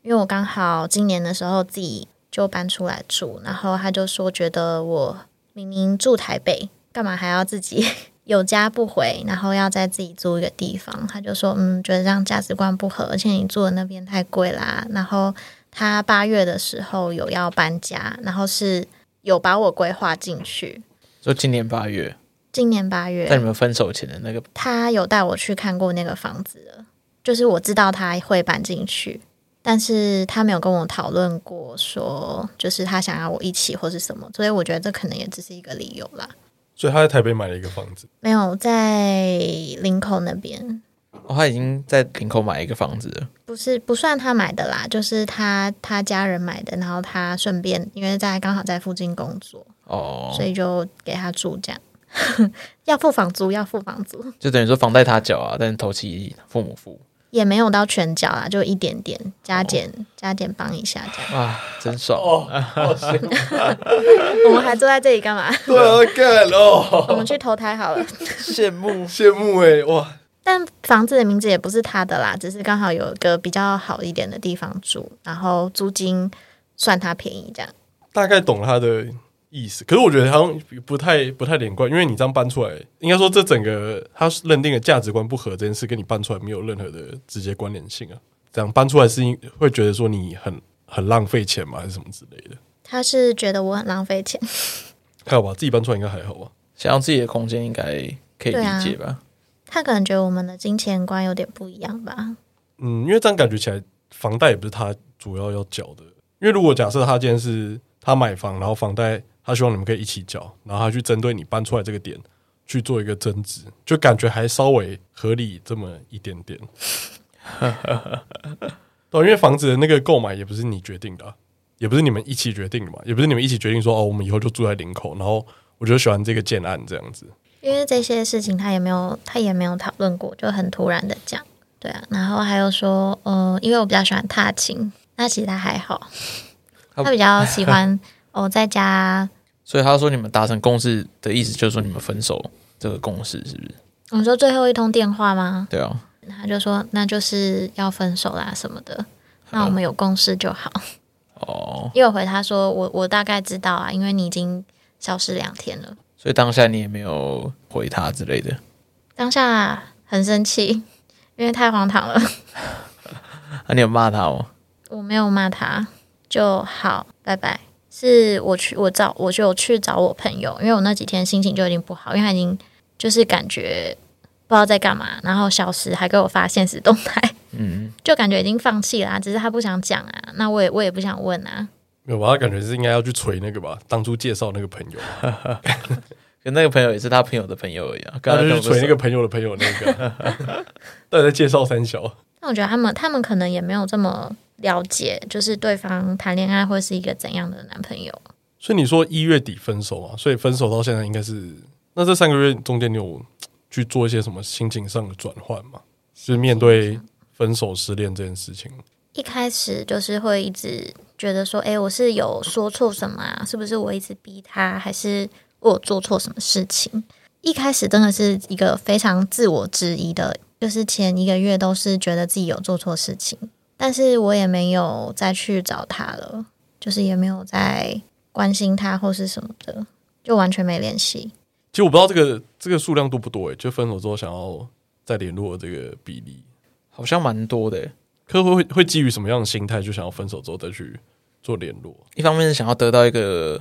Speaker 4: 因为我刚好今年的时候自己就搬出来住，然后他就说觉得我明明住台北，干嘛还要自己 有家不回，然后要再自己租一个地方？他就说，嗯，觉得这样价值观不合，而且你住的那边太贵啦。然后他八月的时候有要搬家，然后是有把我规划进去。”
Speaker 3: 就今年八月，
Speaker 4: 今年八
Speaker 3: 在你
Speaker 4: 月，
Speaker 3: 们分手前的那个，
Speaker 4: 他有带我去看过那个房子了，就是我知道他会搬进去，但是他没有跟我讨论过说，就是他想要我一起或是什么，所以我觉得这可能也只是一个理由啦。
Speaker 1: 所以他在台北买了一个房子，
Speaker 4: 没有在林口那边，
Speaker 3: 哦，他已经在林口买一个房子了。
Speaker 4: 不是不算他买的啦，就是他他家人买的，然后他顺便因为在刚好在附近工作，
Speaker 3: 哦
Speaker 4: 所，以就给他住这样。 要付房租，要付房租，
Speaker 3: 就等于说房贷他缴啊，但是头期父母付
Speaker 4: 也没有到全缴啦，就一点点加减、加减帮一下这样。
Speaker 3: 啊，真爽哦！
Speaker 4: 我们还坐在这里干嘛？
Speaker 1: 对 啊，干哦，
Speaker 4: 我们去投胎好了。
Speaker 3: 羡 慕
Speaker 1: 羡慕哎、哇！
Speaker 4: 但房子的名字也不是他的啦，只是刚好有一个比较好一点的地方住，然后租金算他便宜这样。
Speaker 1: 大概懂他的意思，可是我觉得好像不太不太连贯，因为你这样搬出来，应该说这整个他认定的价值观不合这件事，跟你搬出来没有任何的直接关联性啊。这样搬出来是因会觉得说你很很浪费钱吗，还是什么之类的？
Speaker 4: 他是觉得我很浪费钱，
Speaker 1: 还好吧，自己搬出来应该还好吧。
Speaker 3: 想要自己的空间，应该可以
Speaker 4: 对
Speaker 3: 理
Speaker 4: 啊
Speaker 3: 解吧？
Speaker 4: 他可能觉得我们的金钱观有点不一样吧？
Speaker 1: 嗯，因为这样感觉起来，房贷也不是他主要要缴的。因为如果假设他今天是他买房，然后房贷他希望你们可以一起缴，然后他去针对你搬出来这个点去做一个增值，就感觉还稍微合理这么一点点。 对，因为房子的那个购买也不是你决定的啊、也不是你们一起决定的嘛，也不是你们一起决定说哦，我们以后就住在林口，然后我就喜欢这个建案这样子。
Speaker 4: 因为这些事情他也没有，他也没有讨论过，就很突然的讲。对啊，然后还有说，呃，因为我比较喜欢踏青，那其实他还好，
Speaker 3: 他
Speaker 4: 他比较喜欢哦，在家，
Speaker 3: 所以他说你们达成共识的意思就是说你们分手这个共识是不是？
Speaker 4: 我说最后一通电话吗？
Speaker 3: 对啊，
Speaker 4: 他就说那就是要分手啦什么的，那我们有共识就好。
Speaker 3: 哦，
Speaker 4: 因为我回他说我我大概知道啊，因为你已经消失两天了，
Speaker 3: 所以当下你也没有回他之类的，
Speaker 4: 当下很生气，因为太荒唐了，
Speaker 3: 啊，你有骂他哦？
Speaker 4: 我没有骂他，就好，拜拜。是我去我找我就去找我朋友，因为我那几天心情就已经不好，因为他已经就是感觉不知道在干嘛，然后消失还给我发现实动态，
Speaker 3: 嗯，
Speaker 4: 就感觉已经放弃啦、只是他不想讲啊，那我也我也不想问啊，
Speaker 1: 没有吧？他感觉是应该要去锤那个吧，当初介绍那个朋友，
Speaker 3: 跟那个朋友也是他朋友的朋友而已啊，跟
Speaker 1: 他就
Speaker 3: 跟
Speaker 1: 去
Speaker 3: 我不熟
Speaker 1: 锤那个朋友的朋友那个 啊，大家在介绍三小。
Speaker 4: 那我觉得他们他们可能也没有这么了解，就是对方谈恋爱会是一个怎样的男朋友。
Speaker 1: 所以你说一月底分手嘛，所以分手到现在应该是那这三个月中间，你有去做一些什么心情上的转换吗？就是面对分手、失恋这件事情，
Speaker 4: 一开始就是会一直觉得说，哎、我是有说错什么啊？是不是我一直逼他，还是我有做错什么事情？一开始真的是一个非常自我质疑的，就是前一个月都是觉得自己有做错事情，但是我也没有再去找他了，就是也没有再关心他或是什么的，就完全没联系。
Speaker 1: 其实我不知道这个这个数量多不多诶、欸就分手之后想要再联络的这个比例，
Speaker 3: 好像蛮多的耶，
Speaker 1: 可会会会基于什么样的心态，就想要分手之后再去做联络？
Speaker 3: 一方面是想要得到一个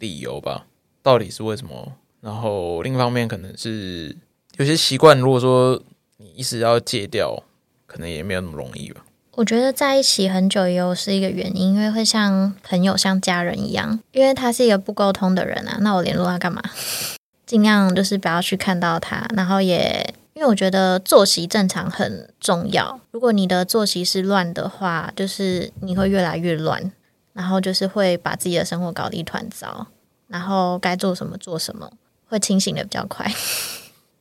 Speaker 3: 理由吧，到底是为什么？然后另一方面可能是有些习惯，如果说你一时要戒掉，可能也没有那么容易吧。
Speaker 4: 我觉得在一起很久也有是一个原因，因为会像朋友、像家人一样，因为他是一个不沟通的人啊，那我联络他干嘛？ 尽量就是不要去看到他，然后也因为我觉得作息正常很重要。如果你的作息是乱的话，就是你会越来越乱，然后就是会把自己的生活搞得一团糟，然后该做什么做什么，会清醒的比较快。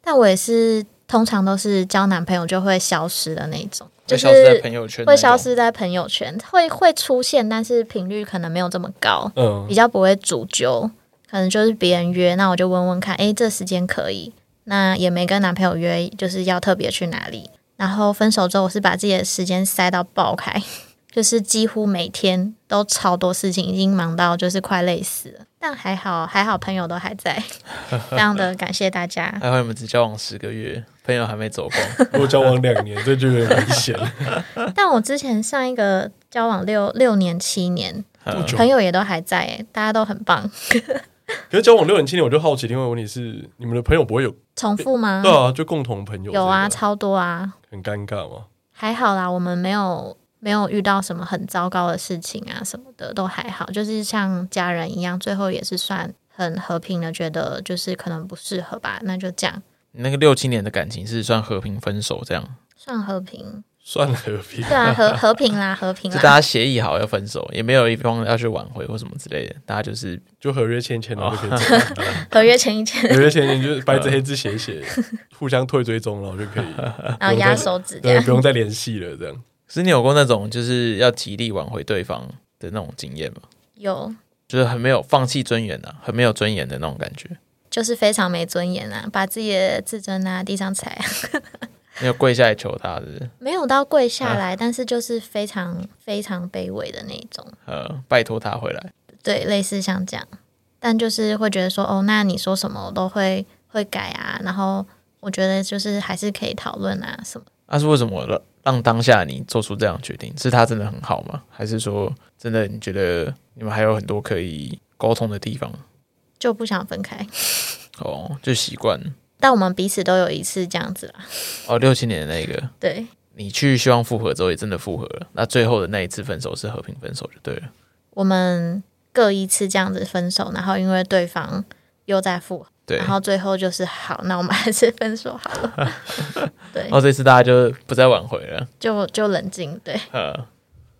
Speaker 4: 但我也是通常都是交男朋友就会消失的那种，就
Speaker 3: 会
Speaker 4: 是
Speaker 3: 消失在朋友圈，
Speaker 4: 会消。失在朋友圈，会会出现，但是频率可能没有这么高，
Speaker 1: 嗯
Speaker 4: 比，较不会主揪，可能就是别人约，那我就问问看，诶，这时间可以，那也没跟男朋友约，就是要特别去哪里。然后分手之后，我是把自己的时间塞到爆开， 就是几乎每天都超多事情，已经忙到就是快累死了。但还好，还好朋友都还在，非常的感谢大家。
Speaker 3: 还好你们只交往十个月，朋友还没走 光，
Speaker 1: 如果交往两年，这就有点危险。
Speaker 4: 但我之前上一个交往六六年七年，
Speaker 3: 嗯
Speaker 1: 久
Speaker 4: 朋友也都还在、诶大家都很棒。
Speaker 1: 可是交往六年七年，我就好奇另外一个问题是，你们的朋友不会有
Speaker 4: 重复吗？
Speaker 1: 对啊，就共同朋友
Speaker 4: 嗯有啊，
Speaker 1: 这个
Speaker 4: 超多啊，
Speaker 1: 很尴尬嘛。
Speaker 4: 还好啦，我们没有没有遇到什么很糟糕的事情啊，什么的都还好，就是像家人一样，最后也是算很和平的，觉得就是可能不适合吧，那就这样
Speaker 3: 你那个六七年的感情是算和平分手这样，
Speaker 4: 算和平。
Speaker 1: 算和平，
Speaker 4: 对 啊，和和平啦，和平
Speaker 3: 就大家
Speaker 4: 啦。
Speaker 3: 协议好要分手，也没有一方要去挽回或什么之类的，大家就是
Speaker 1: 就合约签一签，然后就可以走了。
Speaker 4: 合约前一天，
Speaker 1: 合约签一签就是白纸黑字写一 写，互相退追踪，然后就可以，
Speaker 4: 然后啊压手指这
Speaker 1: 对，
Speaker 4: 样
Speaker 1: 不。用再联系了。这样
Speaker 3: 可是你有过那种就是要极力挽回对方的那种经验吗？
Speaker 4: 有，
Speaker 3: 就是很没有放弃尊严啊，很没有尊严的那种感觉。
Speaker 4: 就是非常没尊严啊，把自己的自尊啊地上踩啊，
Speaker 3: 你有跪下来求他是不是？
Speaker 4: 没有到跪下
Speaker 1: 啊
Speaker 4: 来，但是就是非常非常卑微的那一种。
Speaker 3: 呃，拜托他回来。
Speaker 4: 对，类似像这样，但就是会觉得说，哦，那你说什么我都会会改啊，然后我觉得就是还是可以讨论啊什么。
Speaker 3: 那、是为什么让让当下你做出这样的决定？是他真的很好吗？还是说真的你觉得你们还有很多可以沟通的地方？
Speaker 4: 就不想分开，
Speaker 3: 哦，就习惯
Speaker 4: 但我们彼此都有一次这样子啦。
Speaker 3: 哦，六七年的那个，
Speaker 4: 对，
Speaker 3: 你去希望复合之后也真的复合了，那最后的那一次分手是和平分手就对了。
Speaker 4: 我们各一次这样子分手，然后因为对方又在复合，
Speaker 3: 对，
Speaker 4: 然后最后就是好，那我们 还是分手好了。 对
Speaker 1: 哦
Speaker 3: 然，后哦这次大家就不再挽回了。
Speaker 4: 就就冷静。对，
Speaker 3: 呃，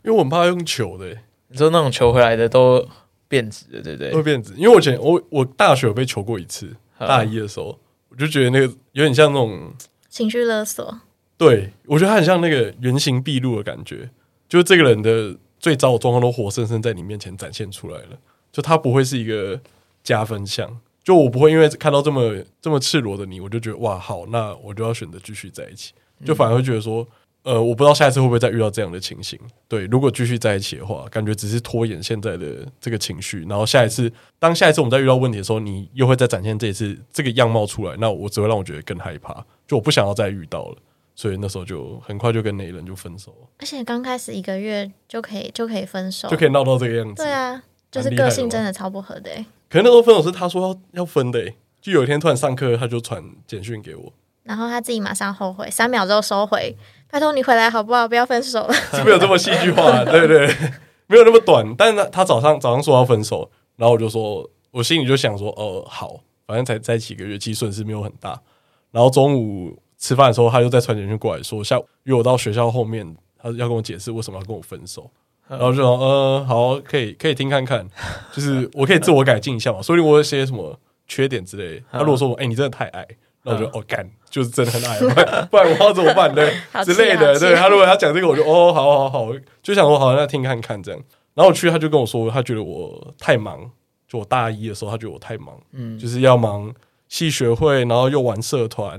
Speaker 1: 因为我很怕用球的、欸、
Speaker 3: 你说那种求回来的都变质了，对不对
Speaker 1: 会？变质，因为我以前我我大学有被球过一次，
Speaker 3: 嗯
Speaker 1: 大一的时候，我就觉得那个有点像那种，
Speaker 4: 情绪勒索，
Speaker 1: 对我觉得他很像那个原形毕露的感觉，就是这个人的最糟的状况都活生生在你面前展现出来了，就他不会是一个加分项。就我不会因为看到这么这么赤裸的你，我就觉得哇好，那我就要选择继续在一起，就反而会觉得说，呃，我不知道下一次会不会再遇到这样的情形。对，如果继续在一起的话，感觉只是拖延现在的这个情绪，然后下一次，当下一次我们再遇到问题的时候，你又会再展现这一次这个样貌出来，那我只会让我觉得更害怕，就我不想要再遇到了。所以那时候就很快就跟那一人就分手了，
Speaker 4: 而且刚开始一个月就可以就可以分手，
Speaker 1: 就可以闹到这个样子。
Speaker 4: 哦对啊，就是
Speaker 1: 蛮厉害
Speaker 4: 个
Speaker 1: 的哦
Speaker 4: 性
Speaker 1: 吧
Speaker 4: 真的超不合的、欸。
Speaker 1: 可是那时候分手是他说要要分的、欸，就有一天突然上课，他就传简讯给 我，
Speaker 4: 然后他自己马上后悔，三秒之后收回，拜托你回来好不好？不要分手了。
Speaker 1: 是没有这么戏剧化，啊 对对对，没有那么短。但是他他早上早上说要分手，然后我就说，我心里就想说，哦、好，反正才在一起一个月，其实损失没有很大。然后中午吃饭的时候，他又再传简讯过来说，下午约我到学校后面，他要跟我解释为什么要跟我分手。
Speaker 4: 嗯
Speaker 1: 然后我就说，呃，好，可以可以听看看，就是我可以自我改进一下嘛，说不定我有些什么缺点之类的。他如果说我，哎、你真的太矮，那我就哦干，就是真的很矮，不然 不然我要怎么办呢？
Speaker 4: 好气
Speaker 1: 之类
Speaker 4: 好
Speaker 1: 的。
Speaker 4: 气啊
Speaker 1: 对他如果要讲这个，我就哦，好好好，就想说好，那听看看这样。然后我去，他就跟我说，他觉得我太忙，就我大一的时候，他觉得我太忙，
Speaker 3: 嗯，
Speaker 1: 就是要忙系学会，然后又玩社团，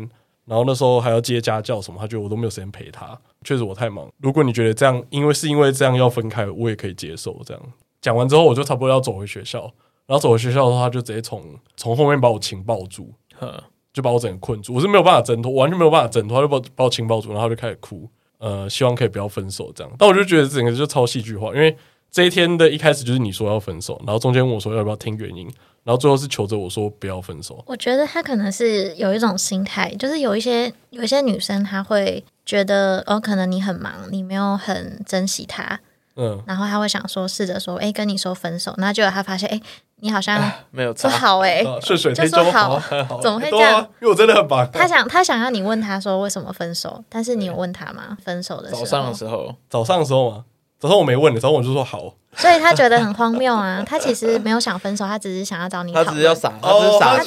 Speaker 1: 然后那时候还要接家教什么，他觉得我都没有时间陪他，确实我太忙。如果你觉得这样，因为是因为这样要分开，我也可以接受。这样讲完之后，我就差不多要走回学校，然后走回学校的话，他就直接从从后面把我情抱住，
Speaker 3: 呵
Speaker 1: 就把我整个困住，我是没有办法挣脱，我完全没有办法挣脱，他就把我把我情抱住，然后他就开始哭，呃，希望可以不要分手这样。但我就觉得整个就超戏剧化，因为这一天的一开始就是你说要分手，然后中间问我说要不要听原因，然后最后是求着我说不要分手，
Speaker 4: 我觉得他可能是有一种心态，就是有一些有一些女生她会觉得哦，可能你很忙，你没有很珍惜他，
Speaker 1: 嗯，
Speaker 4: 然后她会想说试着说，哎、跟你说分手，那结果她发现，哎、你好像
Speaker 3: 没有
Speaker 4: 不
Speaker 3: 啊差，
Speaker 4: 好哎、
Speaker 1: 啊顺水推
Speaker 4: 就
Speaker 1: 舟，
Speaker 4: 说好
Speaker 1: 好
Speaker 4: 怎么会
Speaker 1: 对
Speaker 4: 这
Speaker 1: 啊
Speaker 4: 样？
Speaker 1: 因为我真的很忙。
Speaker 4: 她想她想要你问她说为什么分手，但是你有问她吗？分手的时候
Speaker 3: 早上的时候，
Speaker 1: 早上的时候嘛，早上我没问你，早上我就说好，
Speaker 4: 所以她觉得很荒谬啊。她其实没有想分手，她只是想要找你讨
Speaker 3: 他
Speaker 4: 论，
Speaker 3: 只是要撒，他
Speaker 1: 哦
Speaker 3: 只是
Speaker 4: 她
Speaker 3: 撒
Speaker 4: 只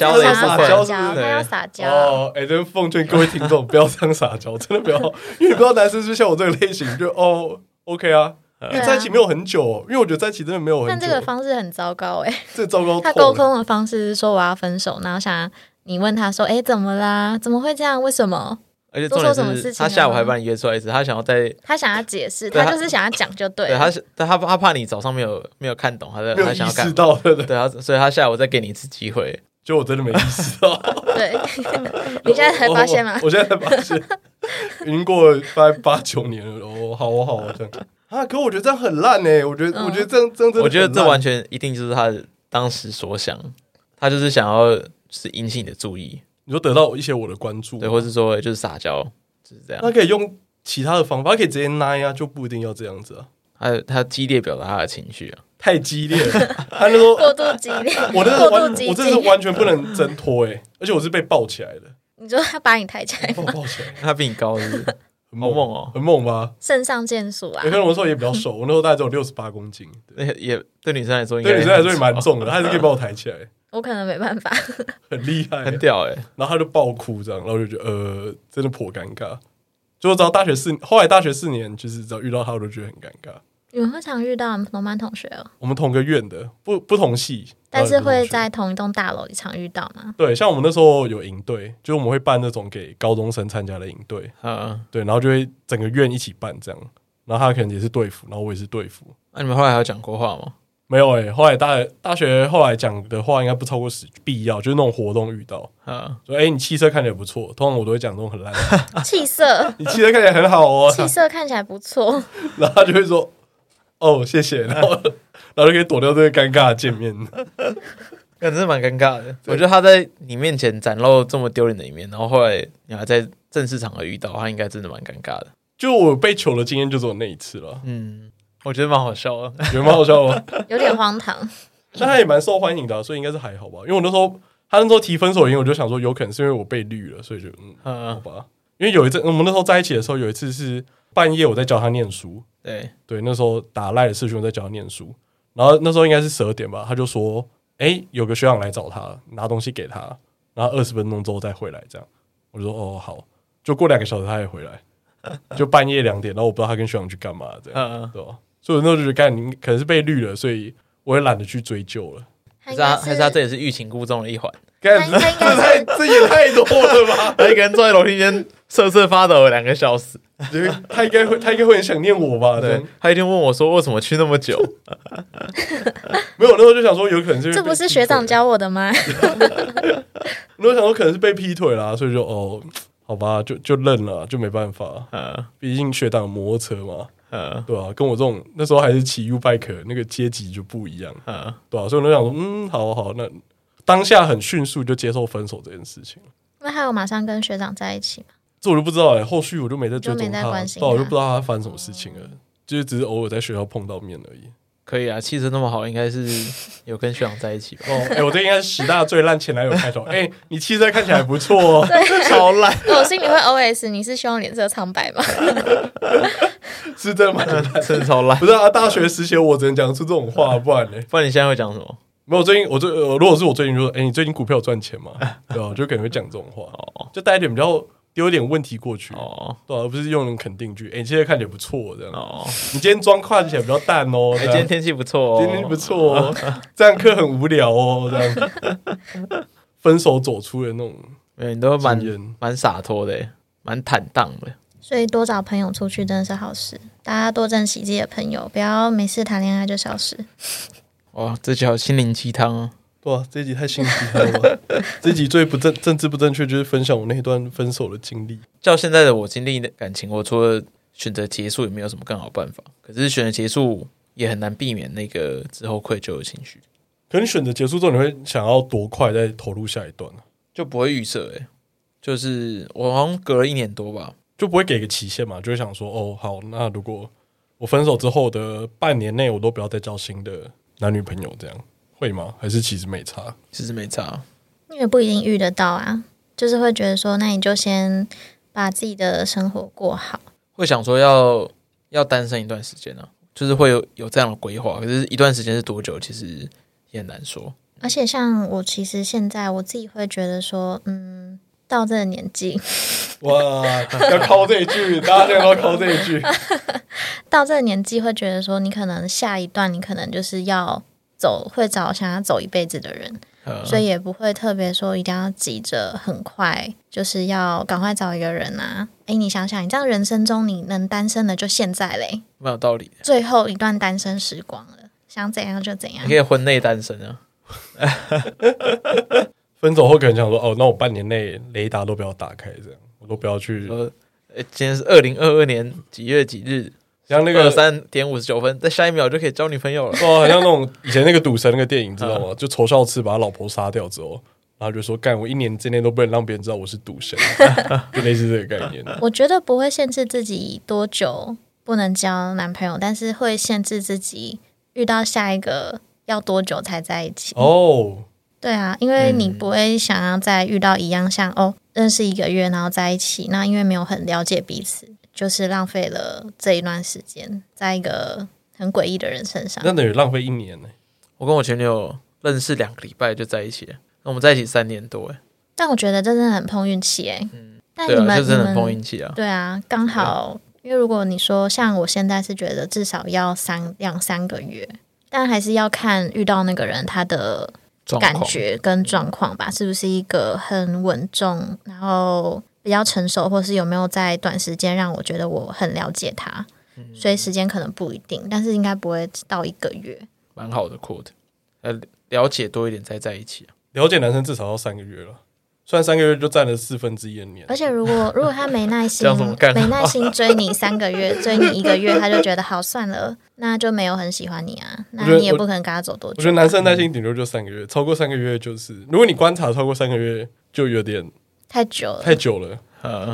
Speaker 4: 是
Speaker 3: 娇
Speaker 1: 她
Speaker 3: 的一部
Speaker 4: 想要撒
Speaker 1: 只是是不
Speaker 3: 分，
Speaker 4: 娇，
Speaker 1: 是
Speaker 4: 她要撒娇。
Speaker 1: 哦，哎、真奉劝各位听 众不要这样撒娇，真的不要，因为你不知道男生是像我这个类型，就哦，OK 啊，因为
Speaker 4: 对啊
Speaker 1: 在一起没有很久，因为我觉得在一起真的没有很
Speaker 4: 但
Speaker 1: 久，
Speaker 4: 这个方式很糟糕哎、
Speaker 1: 这糟糕透了，
Speaker 4: 他沟通的方式是说我要分手，然后想你问他说：“哎、怎么啦？怎么会这样？为什么
Speaker 3: 而且
Speaker 4: 做
Speaker 3: 重点
Speaker 4: 错什么
Speaker 3: 是
Speaker 4: 事情啊
Speaker 3: 他
Speaker 4: 了
Speaker 3: 下午还
Speaker 4: 吗
Speaker 3: 把你约出来一次，他想要在？”
Speaker 4: 他想要解释，
Speaker 3: 对
Speaker 4: 他
Speaker 3: 他
Speaker 4: 就是想要讲就对
Speaker 3: 对
Speaker 4: 了。
Speaker 3: 他是，但他他怕你早上没有没有看懂，他在
Speaker 1: 没有
Speaker 3: 他
Speaker 1: 意
Speaker 3: 想要干
Speaker 1: 识
Speaker 3: 嘛，
Speaker 1: 到，对对，
Speaker 3: 对啊，所以他下午再给你一次机会，
Speaker 1: 就我真的没意识到， 哦
Speaker 4: 对， 你现在才发现吗
Speaker 1: 我？我现在才发现，已经过了大概八九年了。哦，好哦，好哦，这样啊，可我觉得这样很烂呢。我觉得，
Speaker 4: 嗯
Speaker 1: 我觉得这样这样真的很烂，
Speaker 3: 我觉得这完全一定就是他当时所想，他就是想要就是引起你的注意，
Speaker 1: 你说得到一些我的关注，
Speaker 3: 对，或是说就是撒娇，就是这
Speaker 1: 那
Speaker 3: 样。
Speaker 1: 可以用其他的方法，可以直接拉呀，就不一定要这样子啊，
Speaker 3: 他他激烈表达他的情绪啊，
Speaker 1: 太激烈 了。他那时候
Speaker 4: 过度激烈，
Speaker 1: 我那是
Speaker 4: 过度
Speaker 1: 完，
Speaker 4: 激
Speaker 1: 我真的是
Speaker 4: 进。
Speaker 1: 完全不能挣脱哎，而且我是被抱起来的，
Speaker 4: 你说他把你抬起来，
Speaker 1: 把我抱起来，
Speaker 3: 他比你高是不是
Speaker 1: 很
Speaker 3: 好猛哦，
Speaker 1: 很猛吧？
Speaker 4: 肾上腺素啊
Speaker 1: 也，可能我那时候也比较瘦，我那时候大概只有六十八公斤，对
Speaker 3: 那也对女生来说应该
Speaker 1: 对女生来说也
Speaker 3: 很
Speaker 1: 蛮重的，她还是可以 把我抬起来，
Speaker 4: 我可能没办法。
Speaker 1: 很厉害。
Speaker 3: 很屌哎、
Speaker 1: 然后她就爆哭这样，然后我就觉得呃，真的颇尴尬。就我只要大学四，后来大学四年，就是只要遇到她，我都觉得很尴尬。
Speaker 4: 你们会常遇到同班同学哦，
Speaker 1: 我们同个院的，不不同系，
Speaker 4: 但是
Speaker 1: 然后也不
Speaker 4: 会
Speaker 1: 同学
Speaker 4: 在同一栋大楼里常遇到 吗？
Speaker 1: 对，像我们那时候有营队，就是我们会办那种给高中生参加的营队，
Speaker 3: 嗯，
Speaker 1: 对，然后就会整个院一起办这样。然后她可能也是队服，然后我也是队服。
Speaker 3: 那、啊你们后来还有讲过话吗？
Speaker 1: 没有诶、欸后来大大学后来讲的话应该不超过十句，必要就是那种活动遇到，
Speaker 3: 嗯，
Speaker 1: 说哎、诶你气色看起来不错，通常我都会讲这种很烂的，
Speaker 4: 气色，
Speaker 1: 你气色看起来很好哦，
Speaker 4: 气色看起来不错，
Speaker 1: 然后他就会说：“哦，谢谢。”然后，然后就可以躲掉这个尴尬的见面。
Speaker 3: 那真的蛮尴尬的。我觉得他在你面前展露这么丢脸的一面，然后后来你还在正式场合遇到，他应该真的蛮尴尬的。
Speaker 1: 就我被求的经验就只有那一次了，
Speaker 3: 嗯，我觉得蛮好笑的。
Speaker 1: 觉得蛮好笑吗？
Speaker 4: 有点荒唐。
Speaker 1: 但他也蛮受欢迎的啊、所以应该是还好吧。因为我那时候他那时候提分手原因，我就想说有可能是因为我被绿了，所以就嗯好
Speaker 3: 嗯，
Speaker 1: 吧。因为有一阵我们那时候在一起的时候，有一次是半夜我在教他念书，
Speaker 3: 对，
Speaker 1: 对，那时候打赖的事情我在教他念书，然后那时候应该是十二点吧，他就说，哎、有个学长来找他拿东西给他，然后二十分钟之后再回来这样。我就说哦好，就过两个小时他也回来， 就半夜两点，然后我不知道他跟学长去干嘛这样，
Speaker 3: 嗯，
Speaker 1: 对吧？所以我那时候就觉得，干你可能是被绿了，所以我也懒得去追究了。
Speaker 4: 还
Speaker 3: 还是他还是他这也是欲擒故纵的 一环。
Speaker 1: 干，这
Speaker 4: 他应该是
Speaker 1: 太这也太多了吧？
Speaker 3: 他一个人坐在楼梯间瑟瑟发抖了两个小时，
Speaker 1: 就是他应该会，他应该会很想念我吧？对
Speaker 3: 对，，他一定问我说为什么去那么久，
Speaker 1: 没有，那时候就想说，有可能是因为
Speaker 4: 这
Speaker 1: 被
Speaker 4: 不是学长
Speaker 1: 劈腿，
Speaker 4: 教我的吗？
Speaker 1: 那时候想说可能是被劈腿啦，所以就哦，好吧，就就认了，就没办法，
Speaker 3: 嗯
Speaker 1: 毕竟学长有摩托车嘛，
Speaker 3: 嗯
Speaker 1: 对吧、跟我这种那时候还是骑 U bike 那个阶级就不一样，
Speaker 3: 嗯，
Speaker 1: 对吧、所以我就想说，嗯，好好，那当下很迅速就接受分手这件事情，
Speaker 4: 那还有马上跟学长在一 起嘛？
Speaker 1: 这我就不知道哎、后续我就没再追
Speaker 4: 就
Speaker 1: 踪
Speaker 4: 没再
Speaker 1: 他，
Speaker 4: 关心
Speaker 1: 对，我就
Speaker 4: 他
Speaker 1: 不知道他发生什么事情了，就是只是偶尔在学校碰到面而已。，
Speaker 3: 可以啊，气质那么好，应该是有跟学长在一起吧
Speaker 1: 哦，哎、我这应该是十大最烂前男友开头。 哎、你气色看起来不错哦，
Speaker 3: 超烂，
Speaker 4: 我心里会 OS：你是希望脸色苍白吗？
Speaker 1: 是真的蛮烂。
Speaker 3: 真的超 烂。
Speaker 1: 不是啊，大学时期我只能讲出这种话，不然呢？
Speaker 3: 不然你现在会讲什么？
Speaker 1: 没有，最近我最、呃如果是我最近就说，哎、你最近股票有赚钱 吗？对吧、我就可能会讲这种话，
Speaker 3: 哦
Speaker 1: 就带一点比较丢一点问题过去，
Speaker 3: 哦
Speaker 1: 对、啊，而不是用肯定句。哎、你现在看起来不错，这样。
Speaker 3: 哦，
Speaker 1: 你今天妆看起来比较淡哦，
Speaker 3: 哎，
Speaker 1: 这
Speaker 3: 今
Speaker 1: 样
Speaker 3: 天天气不错哦，
Speaker 1: 今天不错哦， 这样课很无聊哦，这样。 分手走出的那种
Speaker 3: 没有，你都蛮
Speaker 1: 经验
Speaker 3: 蛮洒脱的，欸蛮坦荡的。
Speaker 4: 所以多找朋友出去真的是好事，大家多珍惜自己的朋友，不要每次谈恋爱就消失。
Speaker 3: 哇，哦这叫心灵鸡汤啊！
Speaker 1: 哇，这一集太心机了吧！ 这一集最不正政治不正确就是分享我那段分手的经历。
Speaker 3: 照现在的我经历的感情，我除了选择结束，也没有什么更好的办法。可是选择结束也很难避免那个之后愧疚的情绪，
Speaker 1: 可你选择结束之后，你会想要多快再投入下一段啊
Speaker 3: 就不会预设。哎，就是我好像隔了一年多吧，
Speaker 1: 就不会给个期限嘛？就会想说，哦，好，那如果我分手之后的半年内，我都不要再交新的男女朋友，这样会吗？还是其实没差？
Speaker 3: 其实没差。
Speaker 4: 你也不一定遇得到啊，就是会觉得说，那你就先把自己的生活过好。
Speaker 3: 会想说要要单身一段时间呢、啊，就是会有有这样的规划。可是，一段时间是多久，其实也很难说。
Speaker 4: 而且像我，其实现在我自己会觉得说，嗯，到这个年纪，
Speaker 1: 哇， 要靠这一句，大家现在都靠这一句。
Speaker 4: 到这个年纪会觉得说，你可能下一段你可能就是要走，会找想要走一辈子的人，
Speaker 3: 呃，
Speaker 4: 所以也不会特别说一定要急着很快，就是要赶快找一个人啊。诶，你想想，你这样人生中你能单身的就现在嘞，
Speaker 3: 蛮有道理的。
Speaker 4: 最后一段单身时光了，想怎样就怎样
Speaker 3: 你可。以婚内单身啊，
Speaker 1: 分手后可能想说，哦，那我半年内雷达都不要打开，这样我都不要去
Speaker 3: 说，呃，今天是二零二二年几月几日，
Speaker 1: 像那
Speaker 3: 那
Speaker 1: 个
Speaker 3: 个三点五十九分，在下一秒就可以交女朋友了。
Speaker 1: 哦，很像那种以前那个赌神那个电影，知道吗？就仇笑痴把他老婆杀掉之后，然后就说干，我一年之内都不能让别人知道我是赌神，就类似这个概念。
Speaker 4: 我觉得不会限制自己多久不能交男朋友，但是会限制自己遇到下一个要多久才在一起。
Speaker 1: 哦，
Speaker 4: 对啊，因为你
Speaker 3: 嗯
Speaker 4: 不会想要再遇到一样像哦认识一个月然后在一起，那因为没有很了解彼此，就是浪费了这一段时间在一个很诡异的人身上
Speaker 1: 那。等于浪费一年呢、
Speaker 3: 我跟我前女友认识两个礼拜就在一起了，那我们在一起三年多，哎，
Speaker 4: 但我觉得这真的很碰运气哎、但
Speaker 3: 对
Speaker 4: 你
Speaker 3: 啊，
Speaker 4: 们
Speaker 3: 就真的
Speaker 4: 你
Speaker 3: 很
Speaker 4: 们
Speaker 3: 碰运气啊。
Speaker 4: 对啊，刚好，因为如果你说像我现在是觉得至少要三两三个月，但还是要看遇到那个人他的
Speaker 3: 状
Speaker 4: 感
Speaker 3: 况
Speaker 4: 觉跟状况吧，是不是一个很稳重，然后比较成熟，或是有没有在短时间让我觉得我很了解他。
Speaker 1: 嗯
Speaker 4: 所以时间可能不一定，但是应该不会到一个月。
Speaker 1: 嗯
Speaker 3: 蛮好的 quote，呃，了解多一点再在一起啊。
Speaker 1: 了解男生至少要三个月了，虽然三个月就占了四分之一的年，
Speaker 4: 而且如果如果他没耐
Speaker 3: 这
Speaker 4: 心
Speaker 3: 样怎么干，
Speaker 4: 没耐心追你三个月，追你一个月，他就觉得好算了，那就没有很喜欢你啊，那
Speaker 1: 我觉得
Speaker 4: 你也
Speaker 1: 我
Speaker 4: 不可能跟他走多
Speaker 1: 我觉得
Speaker 4: 久。啊
Speaker 1: 男
Speaker 3: 嗯
Speaker 1: 生耐心顶多就三个月，超过三个月就是，如果你观察超过三个月，就有点
Speaker 4: 太久了，
Speaker 1: 太久了。
Speaker 3: 呃，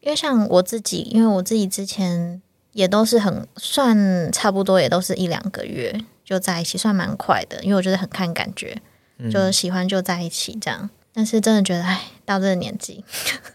Speaker 4: 因为像我自己，因为我自己之前也都是很算差不多，也都是一两个月就在一起，算蛮快的。因为我觉得很看感觉，
Speaker 3: 嗯
Speaker 4: 就喜欢就在一起这样。但是真的觉得，哎，到这个年纪，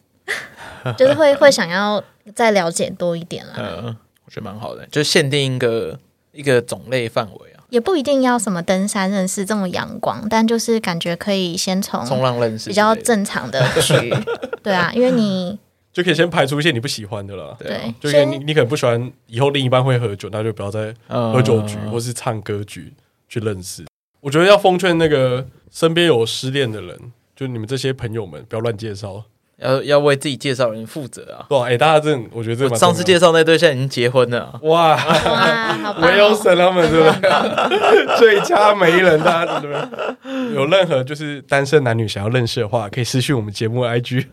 Speaker 4: 就是会会想要再了解多一点啦，
Speaker 3: 呃，我觉得蛮好的，就限定一个一个种类范围啊，
Speaker 4: 也不一定要什么登山认识这么阳光，但就是感觉可以先
Speaker 3: 冲
Speaker 4: 从
Speaker 3: 浪认识
Speaker 4: 嗯比
Speaker 3: 之
Speaker 4: 较
Speaker 3: 类的，
Speaker 4: 正常的去， 对啊，因为你
Speaker 1: 就可以先排除一些你不喜欢的啦。
Speaker 3: 对啊
Speaker 1: 哦就
Speaker 4: 对，
Speaker 1: 因为你
Speaker 4: 先
Speaker 1: 你可能不喜欢以后另一半会喝酒，那就不要再
Speaker 3: 呃
Speaker 1: 喝酒局或是唱歌局去认识。我觉得要奉劝那个身边有失恋的人，就你们这些朋友们，不要乱介绍。
Speaker 3: 要要为自己介绍人负责啊。
Speaker 1: 对啊，哎、大家真的，我觉得这
Speaker 3: 我
Speaker 1: 蛮
Speaker 3: 上次
Speaker 1: 重
Speaker 3: 介绍那对现在已经结婚了啊、
Speaker 1: 要的哇，
Speaker 4: 哇，好棒、
Speaker 1: 唯有
Speaker 4: 哦！
Speaker 1: 神他们对不对？ 最佳媒人，大家对不对？有任何就是单身男女想要认识的话，可以私讯我们节目的 IG，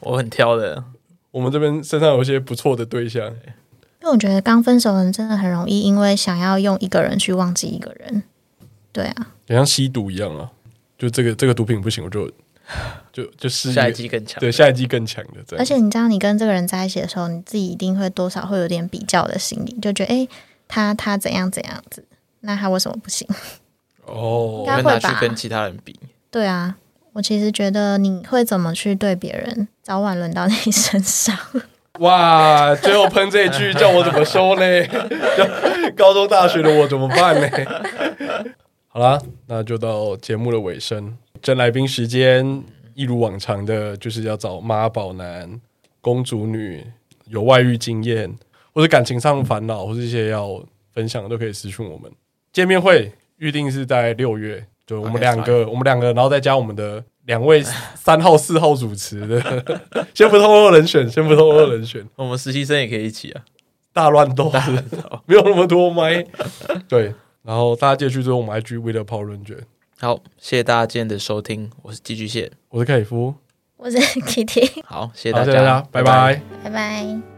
Speaker 3: 我很挑的，
Speaker 1: 我们这边身上有一些不错的对象。
Speaker 4: 因为我觉得刚分手的人真的很容易，因为想要用一个人去忘记一个人。对啊，
Speaker 1: 也像吸毒一样啊，就这个这个毒品不行，我就就就是
Speaker 3: 下一季更强。
Speaker 1: 对下一季更强的这样。
Speaker 4: 而且你知道，你跟这个人在一起的时候，你自己一定会多少会有点比较的心理，就觉得诶，他他怎样怎样子，那他为什么不行？
Speaker 1: 哦
Speaker 3: 我，
Speaker 4: 该
Speaker 3: 会
Speaker 4: 会吧
Speaker 3: 拿去跟其他人比，
Speaker 4: 对啊，我其实觉得你会怎么去对别人，早晚轮到你身上。
Speaker 1: 哇，最后喷这一句，叫我怎么说呢？就 高中大学的我怎么办呢？ 好啦，那就到节目的尾声，真来宾时间，一如往常的，就是要找妈宝男、公主女、有外遇经验，或者感情上烦恼，或是一些要分享的，都可以私讯我们。见面会预定是在六月，就我们
Speaker 3: OK，
Speaker 1: 两个，我们两个，然后再加我们的两位三号、四号主持的， 先不透露人选，先不透露人选，
Speaker 3: 我们实习生也可以一起啊。
Speaker 1: 大乱斗，没有那么多麦。对，然后大家记得去追我们 IG We the Power Ranger，
Speaker 3: 好，谢谢大家今天的收听，我是寄居蟹。
Speaker 1: 我是凯里夫，
Speaker 4: 我是 Kitty，
Speaker 3: 好，谢谢
Speaker 1: 好
Speaker 3: 大
Speaker 1: 谢
Speaker 3: 家，
Speaker 1: 谢大家，拜拜
Speaker 4: 拜拜。